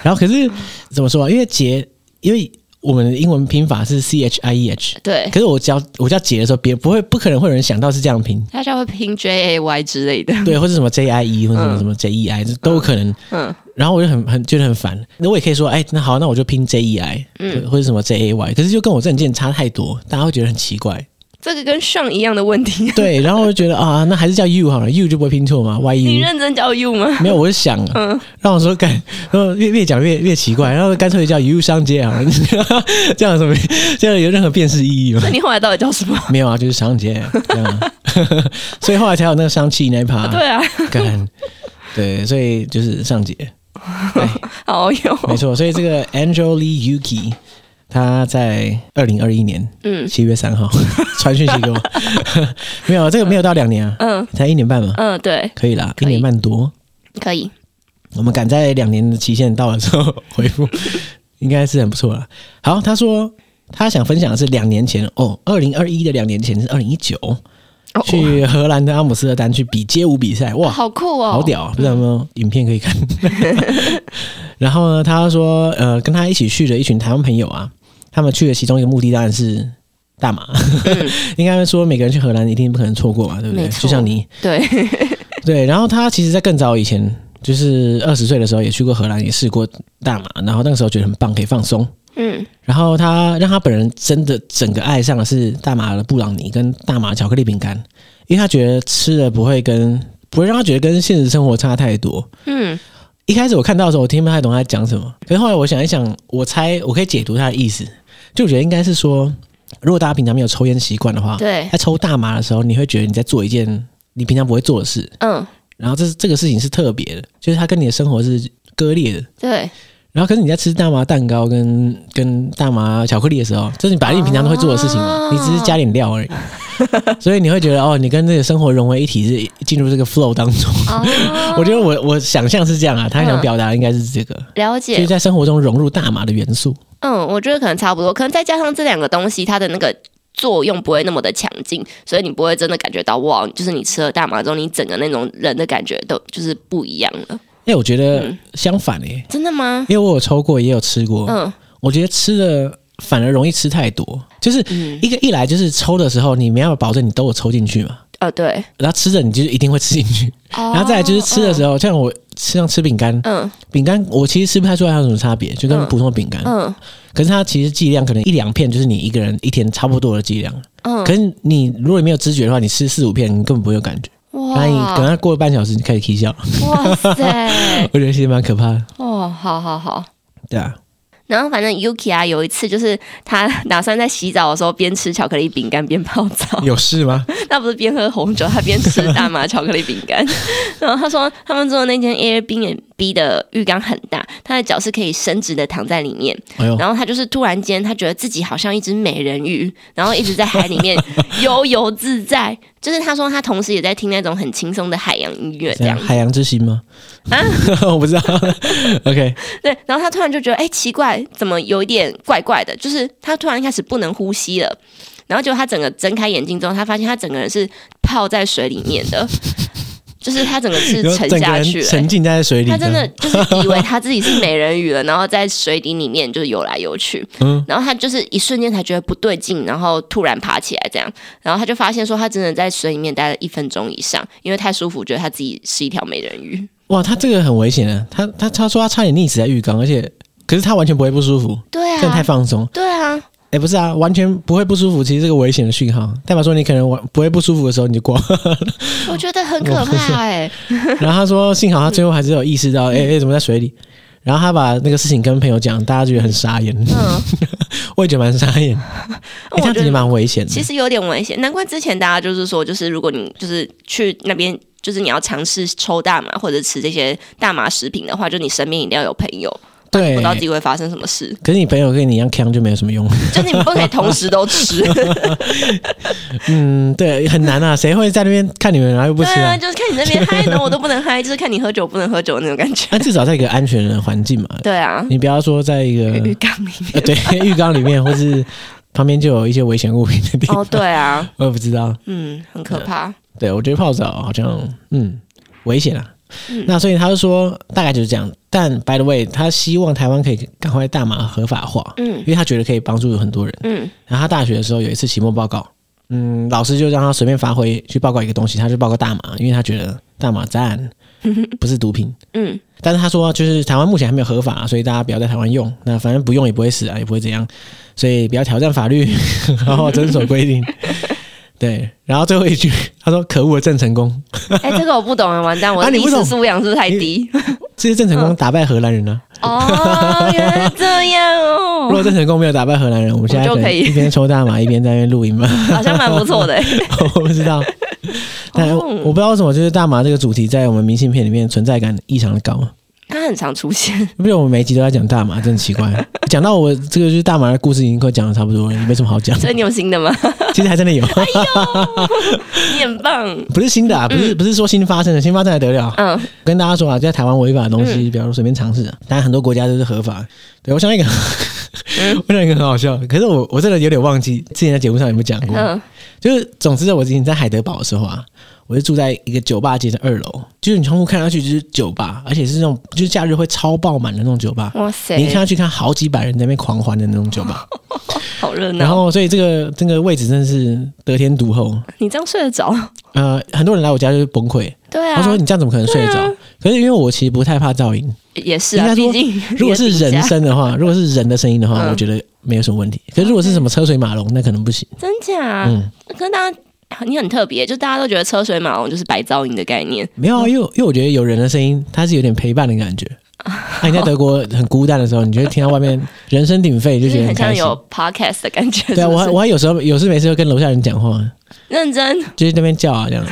B: 然后可是怎么说啊？因为杰，因为我们的英文拼法是 C H I E H，
A: 对，
B: 可是我叫我叫杰的时候，别不会不可能会有人想到是这样拼，
A: 大家会拼 J A Y 之类的，
B: 对，或是什么 J I E 或者什么
A: 嗯
B: 什么 J E I，这都有可能。
A: 嗯
B: 然后我就很很觉得很烦，那我也可以说，哎，那好，那我就拼 J E I，
A: 嗯，
B: 或者什么 J A Y，可是就跟我证件差太多，大家会觉得很奇怪。
A: 这个跟上一样的问
B: [laughs]
A: 题，
B: 对，然后我就觉得啊，那还是叫 U 好了，U 就不会拼错嘛，Y
A: 你
B: U。
A: 认真教 U 吗？
B: 没有，我是想，嗯，让我说干，然后越越讲越越奇怪，然后干脆叫 U 商街好了，这样有什么这样有任何辨识意义吗 [laughs]
A: 那？你后来到底叫什么？
B: 没有啊，就是商街这样啊， [laughs] 所以后来才有那个商气那一
A: [laughs]
B: 趴，
A: 对啊，
B: 干，对，所以就是上街，
A: 好有， [laughs]
B: 没错，所以这个 Angel Lee Yuki。他在二零二一年
A: 嗯
B: 七
A: [laughs]
B: 月三号传讯息给我，没有这个没有到两年啊，
A: 嗯
B: 才一年半嘛，
A: 嗯，对，
B: 可以啦，一
A: 可以
B: 年半多，
A: 可以，
B: 我们赶在两年的期限到了之后
A: [laughs]
B: 回复，应该是很不错了。好，他说他想分享的是两年前哦，二零二一的两年前是二零一九，
A: 哦
B: 去荷兰的阿姆斯特丹去比街舞比赛，哇，
A: 好酷哦，
B: 好屌！不知道有没有影片可以
A: [laughs]
B: 看。然后呢，他说呃，跟他一起去的一群台湾朋友啊，他们去的其中一个目的当然是。大马， [laughs] 应该说每个人去荷兰一定不可能错过嘛，对不
A: 嗯
B: 对？
A: 没错
B: 就像你，
A: 对， [laughs]
B: 对，然后他其实，在更早以前，就是二十岁的时候，也去过荷兰，也试过大麻，然后那个时候觉得很棒，可以放松。
A: 嗯
B: 然后他让他本人真的整个爱上的是大麻的布朗尼跟大麻巧克力饼干，因为他觉得吃了不会跟不会让他觉得跟现实生活差太多。
A: 嗯
B: 一开始我看到的时候，我听不太懂他在讲什么，可是后来我想一想，我猜我可以解读他的意思，就我觉得应该是说，如果大家平常没有抽烟习惯的话，
A: 对，
B: 在抽大麻的时候，你会觉得你在做一件你平常不会做的事，
A: 嗯
B: 然后这这个事情是特别的，就是它跟你的生活是割裂的。
A: 对，
B: [laughs] 然后可是你在吃大麻蛋糕跟跟大麻巧克力的时候，这是你本来你平常都会做的事情嘛，
A: 哦
B: 你只是加点料而已。所以你会觉得哦，你跟这个生活融为一体，是进入这个 flow 当中。
A: 哦，
B: 我觉得我我想象是这样啊，他想表达的应该是这个，
A: 了
B: 就是
A: 解，
B: 在生活中融入大麻的元素。
A: 嗯，我觉得可能差不多，可能再加上这两个东西，它的那个。作用不会那么的强劲，所以你不会真的感觉到哇，就是你吃了大麻之后，你整个那种人的感觉都就是不一样了。
B: 哎，我觉得
A: 嗯
B: 相反诶、
A: 真的吗？
B: 因为我有抽过，也有吃过，
A: 嗯
B: 我觉得吃的反而容易吃太多，就是
A: 嗯，
B: 一个一来就是抽的时候，你没有保证你都有抽进去嘛。
A: 呃，对，
B: 然后吃着你就是一定会吃进去，
A: 然
B: 然后再来就是吃的时候，像我吃像吃饼干，
A: 嗯
B: 饼干我其实吃不太出来它有什么差别，就跟
A: 嗯
B: 普通的饼干，
A: 嗯
B: 可是它其实剂量可能一两片就是你一个人一天差不多的剂量，
A: 嗯，
B: 可是你如果你没有知觉的话，你吃四五片你根本不会有感觉，然后你等
A: 哇
B: 它过了半小时你开始起笑， [laughs]
A: 哇塞，
B: 我觉得其实蛮可怕的，
A: 哦，好好好。
B: 对啊，
A: 然后反正 Yuki 啊，有一次就是他打算在洗澡的时候边吃巧克力饼干边泡澡，
B: [laughs] 有事吗？
A: [laughs] 那不是边喝红酒，他边吃大麻巧克力饼干。然后他说他们住的那间 Airbnb 的浴缸很大，他的脚是可以伸直的躺在里面。
B: 哎呦，
A: 然后他就是突然间，他觉得自己好像一只美人鱼，然后一直在海里面悠游自在。就是他说他同时也在听那种很轻松的海洋音乐这
B: 这样
A: 样啊
B: 海洋之心吗？ [laughs] 我不知道，OK，
A: 对，然后他突然就觉得，哎、奇怪，怎么有一点怪怪的？就是他突然开始不能呼吸了，然后结果他整个睁开眼睛之后，他发现他整个人是泡在水里面的。 [laughs] 就是他整个是
B: 然后
A: 沉
B: 整个
A: 下
B: 人
A: 去、欸
B: 沉浸在水里，
A: 他真的就是以为他自己是美人鱼了，然后在水底里面就是游来游去，
B: [laughs] 嗯
A: 然后他就是一瞬间才觉得不对劲，然后突然爬起来这样，然后他就发现说他真的在水里面待了一分钟以上，因为太舒服，觉得他自己是一条美人鱼。
B: 哇，他这个很危险啊！他他他说他差点溺死在浴缸，而且可是他完全不会不舒服，
A: 对
B: 真的太
A: 啊，
B: 放松。
A: 对啊，
B: 哎、不是啊，完全不会不舒服，其实这个危险的讯号，代表说你可能完不会不舒服的时候你就
A: [laughs]
B: 挂。
A: 我觉得很可怕哎、
B: 然后他说，幸好他最后还是有意识
A: 嗯
B: 到，哎、哎、怎么在水里？然后他把那个事情跟朋友讲，大家觉得很傻眼， [laughs]
A: 嗯，
B: 我也觉得蛮傻眼。哎、
A: [laughs] 我
B: 他
A: 觉
B: 真
A: 得
B: 的蛮危险的。
A: 其实有点危险，难怪之前大家就是说，就是如果你就是去那边，就是你要尝试抽大麻或者吃这些大麻食品的话，就你身边一定要有朋友，不
B: 对
A: 知，道自己会发生什么事，
B: 可是你朋友跟你一样强就没有什么用。
A: 就是你不可以同时都
B: [laughs]
A: 吃。
B: 嗯，对，很难啊，谁会在那边看你们然后又不
A: [laughs] 对
B: 吃啊
A: 啊，？就是看你那边嗨，然后我都不能嗨，就是看你喝酒不能喝酒的那种感
B: [laughs]
A: 觉。
B: 那、啊至少在一个安全的环境嘛，
A: 对啊，
B: 你不要说在
A: [laughs]
B: 一个
A: 浴缸里
B: [laughs] 呃，
A: 面。 [laughs]
B: 对，浴缸里面或是旁边就有一些危险物品的地方，
A: 哦，对啊，
B: 我也不知道。
A: 嗯，很可怕。
B: 对，我觉得泡澡好像嗯危险啊。
A: 嗯
B: 那所以他就说大概就是这样。但 by the way，他希望台湾可以赶快大麻合法化，
A: 嗯
B: 因为他觉得可以帮助很多人。
A: 嗯
B: 然后他大学的时候有一次期末报告，嗯，老师就让他随便发挥去报告一个东西，他就报告大麻，因为他觉得大麻
A: [laughs]
B: 赞不是毒品。
A: 嗯
B: 但是他说，就是台湾目前还没有合法，啊所以大家不要在台湾用。那反正不用也不会死啊，也不会怎样，所以不要挑战法律， [laughs] 好好遵守规
A: [laughs]
B: 定。对，然后最后一句，他说：“可恶的郑成功，
A: 哎、这个我不懂啊，完蛋，我
B: 啊
A: 的
B: 你
A: 历
B: 不懂
A: 史素养是不是太低？
B: 这是郑成
A: 嗯
B: 功打败荷兰人呢、
A: [laughs] 哦，原来是这样
B: 啊。 [laughs]
A: 哦
B: 如果，郑成功没有打败荷兰人，我们现在
A: 我们就可
B: 能
A: 以
B: 一边抽大麻一边在那边录音吧，
A: 好像蛮不错
B: [laughs]
A: 的、欸。
B: 我不知 [laughs] 道。但
A: 哦
B: 我不知道为什么，就是大麻这个主题在我们明信片里面存在感异常的高。啊
A: 它很常出现。
B: 不是我们每一集都在讲大麻，真的奇怪。讲到我这个就是大麻的故事已经快讲的差不多了，也没什么好讲。哎
A: 所以你有新的吗？
B: [laughs] 其实还真的有。
A: 你很棒。
B: 不是新的啊，不是不是说新发生的，新发生还得了？
A: 嗯，
B: 跟大家说啊，在台湾违法的东西，比方说随便尝试啊，当然很多国家都是合法。对我想到一个， [laughs] 我想到一个很好笑，可是我我真的有点忘记之前在节目上有没有讲过。
A: 嗯
B: 就是总之，我之前在海德堡的时候啊，我就住在一个酒吧街的二楼，就是你窗户看上去就是酒吧，而且是那种就是假日会超爆满的那种酒吧。
A: 哇塞
B: 你，一看上去看好几百人在那边狂欢的那种
A: [laughs]
B: 酒吧，
A: 好热
B: 然
A: 闹。
B: 后所以这个这个位置真的是得天独厚，
A: 你这样睡得着？
B: 呃，很多人来我家就是崩溃，
A: 对啊，
B: 他说：“你这样怎么可能睡得着？”
A: 对啊
B: 可是因为我其实不太怕噪音，
A: 也是
B: 应
A: 啊，
B: 该
A: 毕
B: 说
A: 竟
B: 如果
A: [laughs]
B: 是
A: 你的
B: 人
A: 底价
B: 声的话，如果是人的声音的话，
A: 嗯
B: 我觉得没有什么问题。可是如果是什么车水马龙，那可能不行。
A: 真假？
B: 嗯，
A: 可是大家你很特别，就大家都觉得车水马龙就是白噪音的概念。
B: 没有啊，因为因为我觉得有人的声音，它是有点陪伴的感觉。那、你在德国很孤单的时候，你就会听到外面人声鼎沸，
A: 就
B: 就
A: 是
B: 觉得
A: 很
B: 开
A: 像
B: 心。
A: 有 podcast 的感觉。
B: 对
A: 是
B: 啊，
A: 不
B: 我
A: 是
B: 还我还有时候有事没事就跟楼下人讲话，
A: 认真，
B: 就在那边叫啊
A: [laughs]
B: 这样。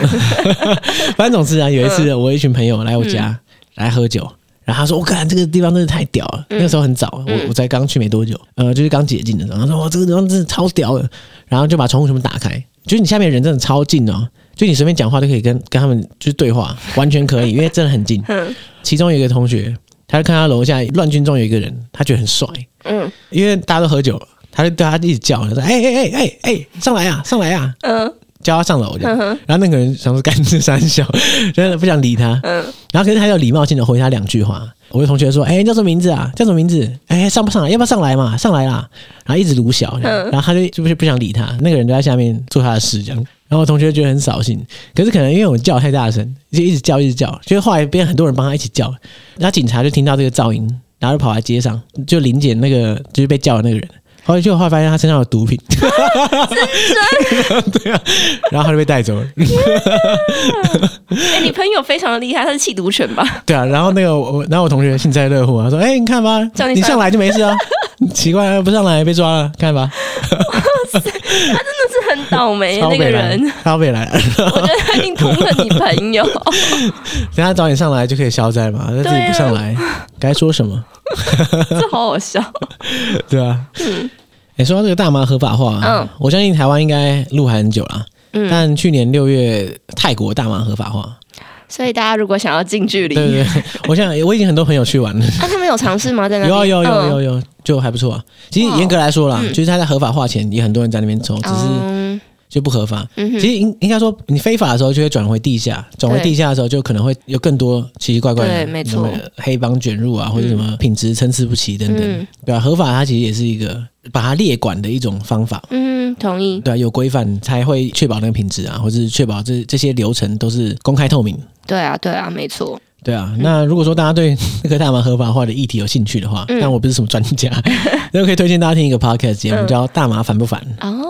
B: 反正总之啊，有一次我有一群朋友来我家、
A: 嗯
B: 来喝酒，然后他说：“我看这个地方真的太屌了。那个时候很早，我
A: 嗯
B: 我才刚去没多久，呃，就是刚解禁的时候。他说：“哦哇，这个地方真的超屌的。”然后就把窗户全部打开，就是你下面人真的超近哦，就你随便讲话都可以跟跟他们就是对话，完全可以，因为真的很近。
A: 嗯
B: 其中有一个同学，他就看他楼下乱军中有一个人，他觉得很帅，
A: 嗯
B: 因为大家都喝酒了，他就对他一直叫，他说：“哎哎哎哎哎，上来啊，上来啊！”
A: 嗯
B: 叫他上楼这样
A: 嗯哼
B: 然后那个人想说干这三小， [laughs] 真的不想理他。
A: 嗯，
B: 然后可是他有礼貌性的回他两句话。我的同学说：“哎、你叫什么名字啊？叫什么名字？哎、上不上来？要不要上来嘛？上来啦！”然后一直鲁小，这样
A: 嗯
B: 然后他就就不不想理他。那个人就在下面做他的事，这样。然后我同学觉得很扫兴，可是可能因为我叫太大声，就一直叫一直叫，就是后来变很多人帮他一起叫，然后警察就听到这个噪音，然后就跑来街上就临检那个就是被叫的那个人。后来就后来发现他身上有毒品， [laughs] 对啊，然后他就被带走了。
A: 哎、你朋友非常的厉害，他是弃毒犬吧？
B: 对啊，然后那个我，然后我同学幸灾乐祸啊，他说：“哎、你看吧
A: 叫，你
B: 你
A: 上
B: 上来就没
A: [laughs]
B: 事啊，奇怪啊，不上来被抓了，看吧，
A: 是很倒霉
B: 超
A: 哎那个
B: 北来
A: 人，，
B: 超北来，
A: 我觉得他
B: [laughs]
A: 一定通了你朋友。哦
B: 等他早点上来就可以消灾嘛，
A: 啊
B: 他自己不上来，该说什么？
A: 这好好笑。
B: 对啊，你、说到这个大麻合法化、啊，
A: 嗯
B: 我相信台湾应该录还很久啦，
A: 嗯，
B: 但去年六月泰国大麻合法化，
A: 所以大家如果想要近距离，
B: 对对对，我想我已经很多朋友去玩了。”
A: 啊，他们有尝试吗？在那
B: 有啊
A: 边
B: 有有有
A: 嗯
B: 有，就还不错啊。其实严格来说啦，就是他在合法化前，也很多人在那边抽，只是
A: 嗯
B: 就不合法。
A: 嗯
B: 其
A: 哼，
B: 实应应该说，你非法的时候就会转回地下，转回地下的时候就可能会有更多奇奇怪怪的，
A: 对没错
B: 什么黑帮卷入啊，或者什么品质参差不齐等等，
A: 嗯
B: 对啊，合法它其实也是一个把它列管的一种方法，
A: 嗯，同意，
B: 对啊，有规范才会确保那个品质啊，或者是确保这这些流程都是公开透明。
A: 对啊，对啊，没错，
B: 对啊，
A: 嗯
B: 那如果说大家对那个大麻合法化的议题有兴趣的话，
A: 嗯
B: 但我不是什么专家， [laughs] 那我可以推荐大家听一个 podcast 节目，
A: 嗯
B: 叫《大麻烦不烦》。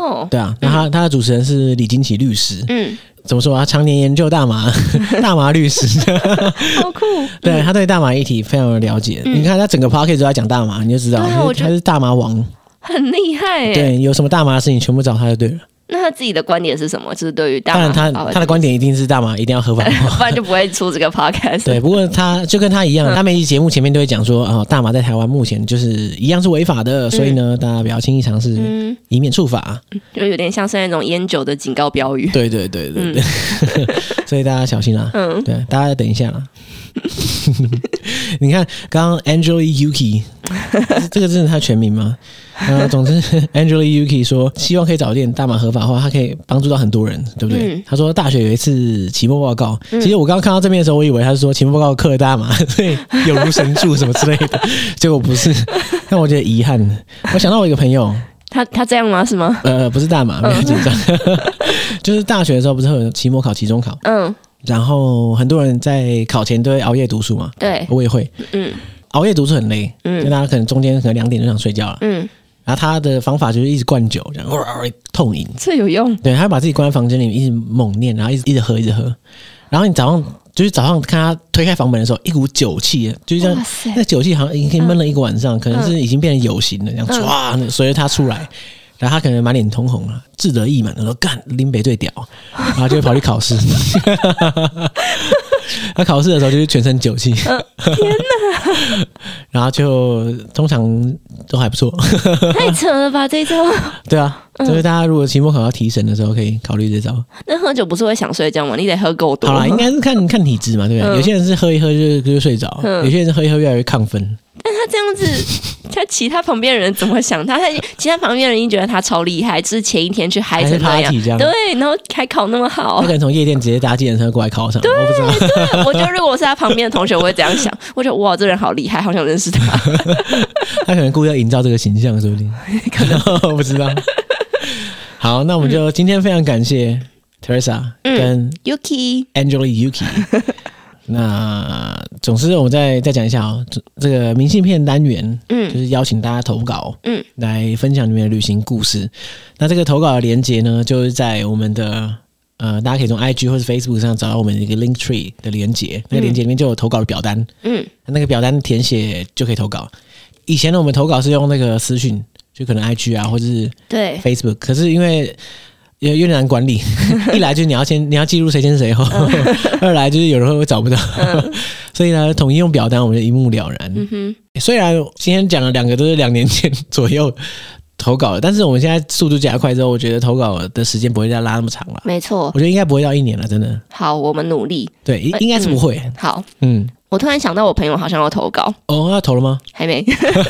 A: 哦，
B: 对啊，那他他的主持人是李金奇律师，
A: 嗯，
B: 怎么说啊？常年研究
A: [laughs]
B: 大麻，大麻律师，
A: 好酷，
B: 对他对大麻议题非常的了解。
A: 嗯
B: 你看他整个 p o c k e t 都在讲大麻，你就知道、
A: 对啊我觉
B: 他是他是大麻王。
A: 很厉害耶。
B: 对，有什么大麻的事情全部找他就对了。
A: 那他自己的观点是什么？就是对于大
B: 当
A: 麻
B: 然他
A: 合法化
B: 他的观点一定是大麻一定要合法
A: 这件 [laughs]
B: 化。
A: 事，不然就不会出这个 podcast。
B: [laughs] 对，不过他就跟他一样，
A: 嗯
B: 他每期节目前面都会讲说啊、大麻在台湾目前就是一样是违法的，所以呢，大家不要轻易尝试，
A: 嗯，
B: 以免触法。
A: 就有点像是那种烟酒的警告标语。
B: 对对对对
A: 嗯
B: 对， [laughs] 所以大家小心啊啦。
A: 嗯，
B: 对，大家等一下啦。啊 [laughs] 你看，刚刚 Angela Yuki，这个真的是她全名吗？呃，总之 Angela Yuki 说，希望可以早一点大麻合法化，她可以帮助到很多人，对不对？
A: 嗯
B: 她说大学有一次期末报告，其实我刚刚看到这边的时候，我以为她是说期末报告课大麻， [laughs] 所以有如神助什么之类的，结果不是，但我觉得遗憾。我想到我一个朋友，
A: 他他这样吗？是吗？
B: 呃，不是大麻，不要紧张， [laughs] 就是大学的时候不是会有期末考、期中考，
A: 嗯，
B: 然后很多人在考前都会熬夜读书嘛，
A: 对，
B: 我也会
A: 嗯
B: 熬夜读书很累，就
A: 嗯
B: 大家可能中间可能两点就想睡觉了。
A: 嗯，
B: 然后他的方法就是一直灌酒，然后痛饮，
A: 这有用。
B: 对，他把自己关在房间里面，一直猛念，然后一直一直喝，一直喝。然后你早上就是早上看他推开房门的时候，一股酒气，就是这样
A: 哇，塞，
B: 那酒气好像已经闷了一个晚上，可能是已经变成有形了，这样
A: 嗯
B: 唰，随着他出来。然后他可能满脸通红啊，志得意满，他说干林北最屌，然后就会跑去
A: [laughs]
B: 考试。他考试的时候就是全身酒气，
A: 嗯
B: 天哪！ [laughs] 然后就通常都还不错，
A: 太扯了吧这一招！
B: 对啊，
A: 嗯
B: 就是大家如果期末考要提神的时候，可以考虑这招。
A: 那喝酒不是会想睡觉吗？你得喝够多。
B: 好啦，应该是看看体质嘛，对不对？
A: 嗯
B: 有些人是喝一喝就就睡着，
A: 嗯
B: 有些人是喝一喝越来越亢奋。
A: 他这样子，他其他旁边人怎么想他？他 [laughs] 其他旁边人一定觉得他超厉害，就是前一天去嗨成那
B: 还是 party 这样
A: 对，然后还考那么好
B: [laughs] 他可。能从夜店直接搭计程车过来考场，我不知道。
A: 对，啊我觉得如果我是他旁边的同学，我会这样想。我觉得哇，这人好厉害，好想认识他。
B: 他可能故意要营造这个形象，说
A: [laughs]
B: 不定。可 [laughs] 能不知道。好，那我们就今天非常感谢 Teresa
A: 嗯
B: 跟
A: Yuki，
B: Angela
A: [laughs]
B: Yuki。那总之，我们再再讲一下哦，这这个明信片单元就
A: 嗯
B: 是邀请大家投稿，
A: 嗯，
B: 来分享你们的旅行故事。那这个投稿的连接呢，就是在我们的呃，大家可以从 IG 或是 Facebook 上找到我们的一个 Link Tree 的连接，那个连接里面就有投稿的表单，
A: 嗯，
B: 那个表单填写就可以投稿。以前呢，我们投稿是用那个私讯，就可能 IG 啊，或者是
A: 对，
B: Facebook，可是因为有有点难管理，一来就是你要先你要记录谁先谁后， [laughs] 二来就是有人会找不到，所以呢，统一用表单我们就一目了然。
A: 嗯哼，
B: 虽然今天讲了两个都是两年前左右投稿的，但是我们现在速度加快之后，我觉得投稿的时间不会再拉那么长了。
A: 没错。
B: 我觉得应该不会到一年了，真的。
A: 好，我们努力。
B: 对，应
A: 哎
B: 应该是不会。
A: 好，
B: 嗯，
A: 我突然想到，我朋友好像要投稿，
B: 哦，他投了吗？ [laughs]
A: 还没。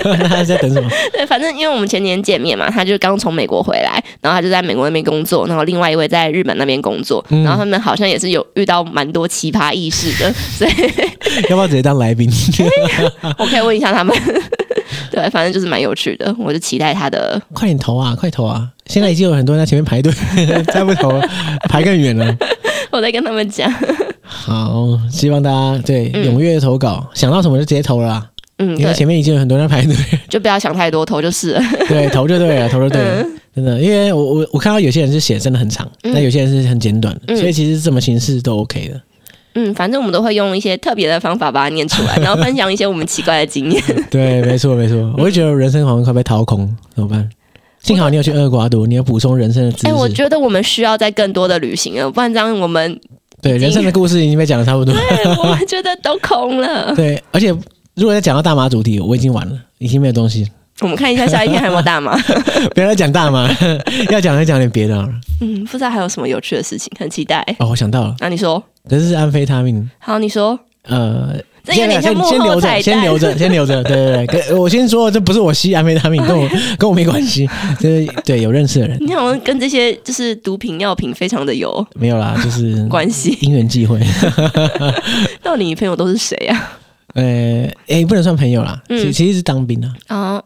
B: 那他在等什么？
A: 对，反正因为我们前年见面嘛，他就刚从美国回来，然后他就在美国那边工作，然后另外一位在日本那边工作，
B: 嗯
A: 然后他们好像也是有遇到蛮多奇葩异事的，所以
B: [laughs] 要不要直接当来宾？
A: 哎我可以问一下他们。 [laughs] 对，反正就是蛮有趣的，我就期待他的。
B: [laughs] 快点投啊，快投啊！现在已经有很多人在前面排队， [laughs] 再不投排更远了。
A: 我在跟他们讲，
B: 好，希望大家对
A: 嗯
B: 踊跃投稿，想到什么就直接投了啦。
A: 嗯，
B: 因为
A: 对，
B: 前面已经有很多人在排队， [laughs]
A: 就不要想太多，投就是了。 [laughs]
B: 对，投就对了，
A: 嗯
B: 投就对了。真的，因为我我我看到有些人是写真的很长，
A: 嗯
B: 那、有些人是很简短的，
A: 嗯
B: 所以其实什么形式都 OK 的。
A: 嗯，反正我们都会用一些特别的方法把它念出来，然后分享一些我们奇怪的经验。
B: [laughs] 对，没错没错，我就觉得人生好像快被掏空，怎么办？幸好你有去厄瓜多，你有补充人生的知识。
A: [laughs] 哎、我觉得我们需要在更多的旅行了，不然这样我
B: [laughs]
A: 们，
B: 对人生的故事已经被讲的差不多。
A: 哎我们觉得都空了。
B: [laughs] 对，而且如果再讲到大麻主题，我已经完了，已经没有东西了。 [laughs]
A: 我们看一下下一篇还有没有大麻。
B: 不要再讲大麻， [laughs] 要讲就讲点别的好了。
A: 嗯，不知道还有什么有趣的事情，很期待。啊
B: 哦，我想到了，
A: 那、你说，
B: 可是是安非他命，
A: 好，你说，
B: 呃，
A: 这有
B: 先
A: 点像幕
B: 先先
A: 后
B: 留
A: 彩
B: 着，先留
A: 蛋。 [laughs]
B: 着，先留着。对对对，跟我先说，这不是我吸安非他命，
A: [laughs]
B: 跟我跟我没关系。就是对有认识的人
A: 你好像跟这些就是毒品药品非常的有
B: 没有啦，就是
A: 关
B: [laughs]
A: 系。
B: 因缘际会。
A: 到底你朋友都是谁啊？
B: 呃，哎、不能算朋友啦，其
A: 嗯
B: 其实是当兵啊。
A: 啊，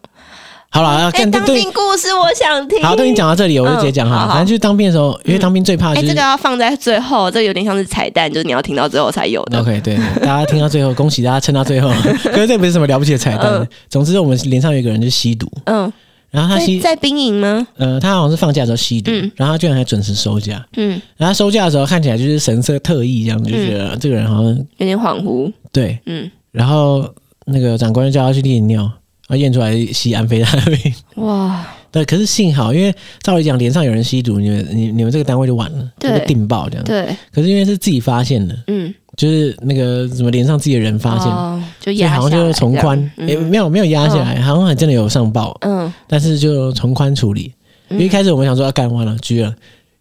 B: 好啦，
A: 哎，
B: 干对
A: 当
B: 啊对
A: 兵，故事我想听。
B: 好，对你讲到这里，我就直接讲哈、
A: 嗯好好
B: 反正就是当兵的时候，因为当兵最怕
A: 哎、
B: 就是、
A: 这个要放在最后，这个有点像是彩蛋，就是你要听到最后才有的。
B: OK，对，大家听到最后，恭喜大家撑到
A: [laughs]
B: 最后。可是这不是什么了不起的彩蛋。
A: 嗯
B: 总之，我们连上有一个人就吸毒，
A: 嗯，
B: 然后他
A: 在
B: 吸，
A: 在兵营吗？
B: 呃，他好像是放假的时候吸毒，
A: 嗯
B: 然后他居然还准时收假。
A: 嗯，
B: 然后他收假的时候看起来就是神色特意，这样就觉得、这个人好像
A: 有点恍惚。
B: 对。
A: 嗯，
B: 然后那个长官就叫他去验尿，然后验出来吸安非他命。 [laughs]
A: 哇，
B: 对，可是幸好，因为照理讲连上有人吸毒，你们你你们这个单位就完了，就
A: 对
B: 被定爆这样。
A: 对，
B: 可是因为是自己发现的，
A: 嗯，
B: 就是那个什么连上自己的人发现，
A: 哦、就
B: 所以
A: 压
B: 好像
A: 下
B: 就
A: 来
B: 从
A: 这样
B: 宽，也、
A: 嗯
B: 没有没有压下来，好像还真的有上报，
A: 嗯，
B: 但是就从宽处理。因为
A: 嗯
B: 一开始我们想说要啊干完了，狙了，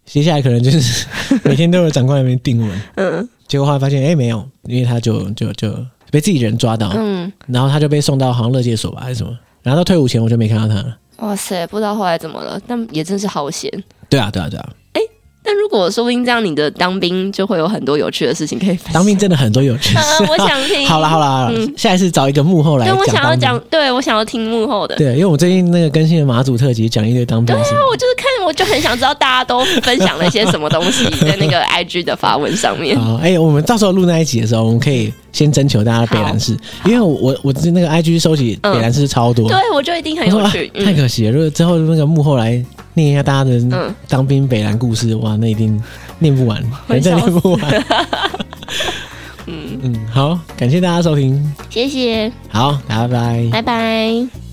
B: 接下来可能就是每天都有长官在那边定我们，
A: 嗯
B: 结果后来发现哎、没有，因为他就就就被自己人抓到，
A: 嗯，
B: 然后他就被送到好像乐界所吧还是什么，然后到退伍前我就没看到他了。
A: 哇塞，不知道后来怎么了，但也真是好险。
B: 对啊，对啊，对啊，
A: 但如果说不定这样，你的当兵就会有很多有趣的事情可以分享。[laughs]
B: 当兵真的很多有趣的
A: 嗯，
B: 事
A: 哎
B: [laughs]
A: 我想听。
B: 好啦好啦，好啦
A: 嗯
B: 下一次找一个幕后来
A: 对，我
B: 讲
A: 想
B: 当
A: 要
B: 兵
A: 讲，对我想要听幕后的。
B: 对，因为我最近那个更新的马祖特辑讲一堆当兵
A: 对
B: 的事情
A: 啊，我就是看，我就很想知道大家都分享了些什么东
B: [laughs]
A: 西在那个 IG 的发文上面。
B: 啊，哎、我们到时候录那一集的时候，我们可
A: 嗯
B: 以先征求大家的北兰市，因为我我之前那个 IG 收集北
A: 嗯
B: 兰市超多，
A: 对，我就一定很
B: 我说
A: 有
B: 啊
A: 趣。
B: 太
A: 嗯
B: 可惜了。如果之后那个幕后来念一下大家的
A: 嗯
B: 当兵北兰故事，哇，那一定念不完，
A: 会
B: 人真
A: 笑
B: 念
A: [laughs]
B: 不 [laughs] 完。嗯嗯，好，感谢大家收听，
A: 谢谢，
B: 好，大家拜拜。
A: 拜拜。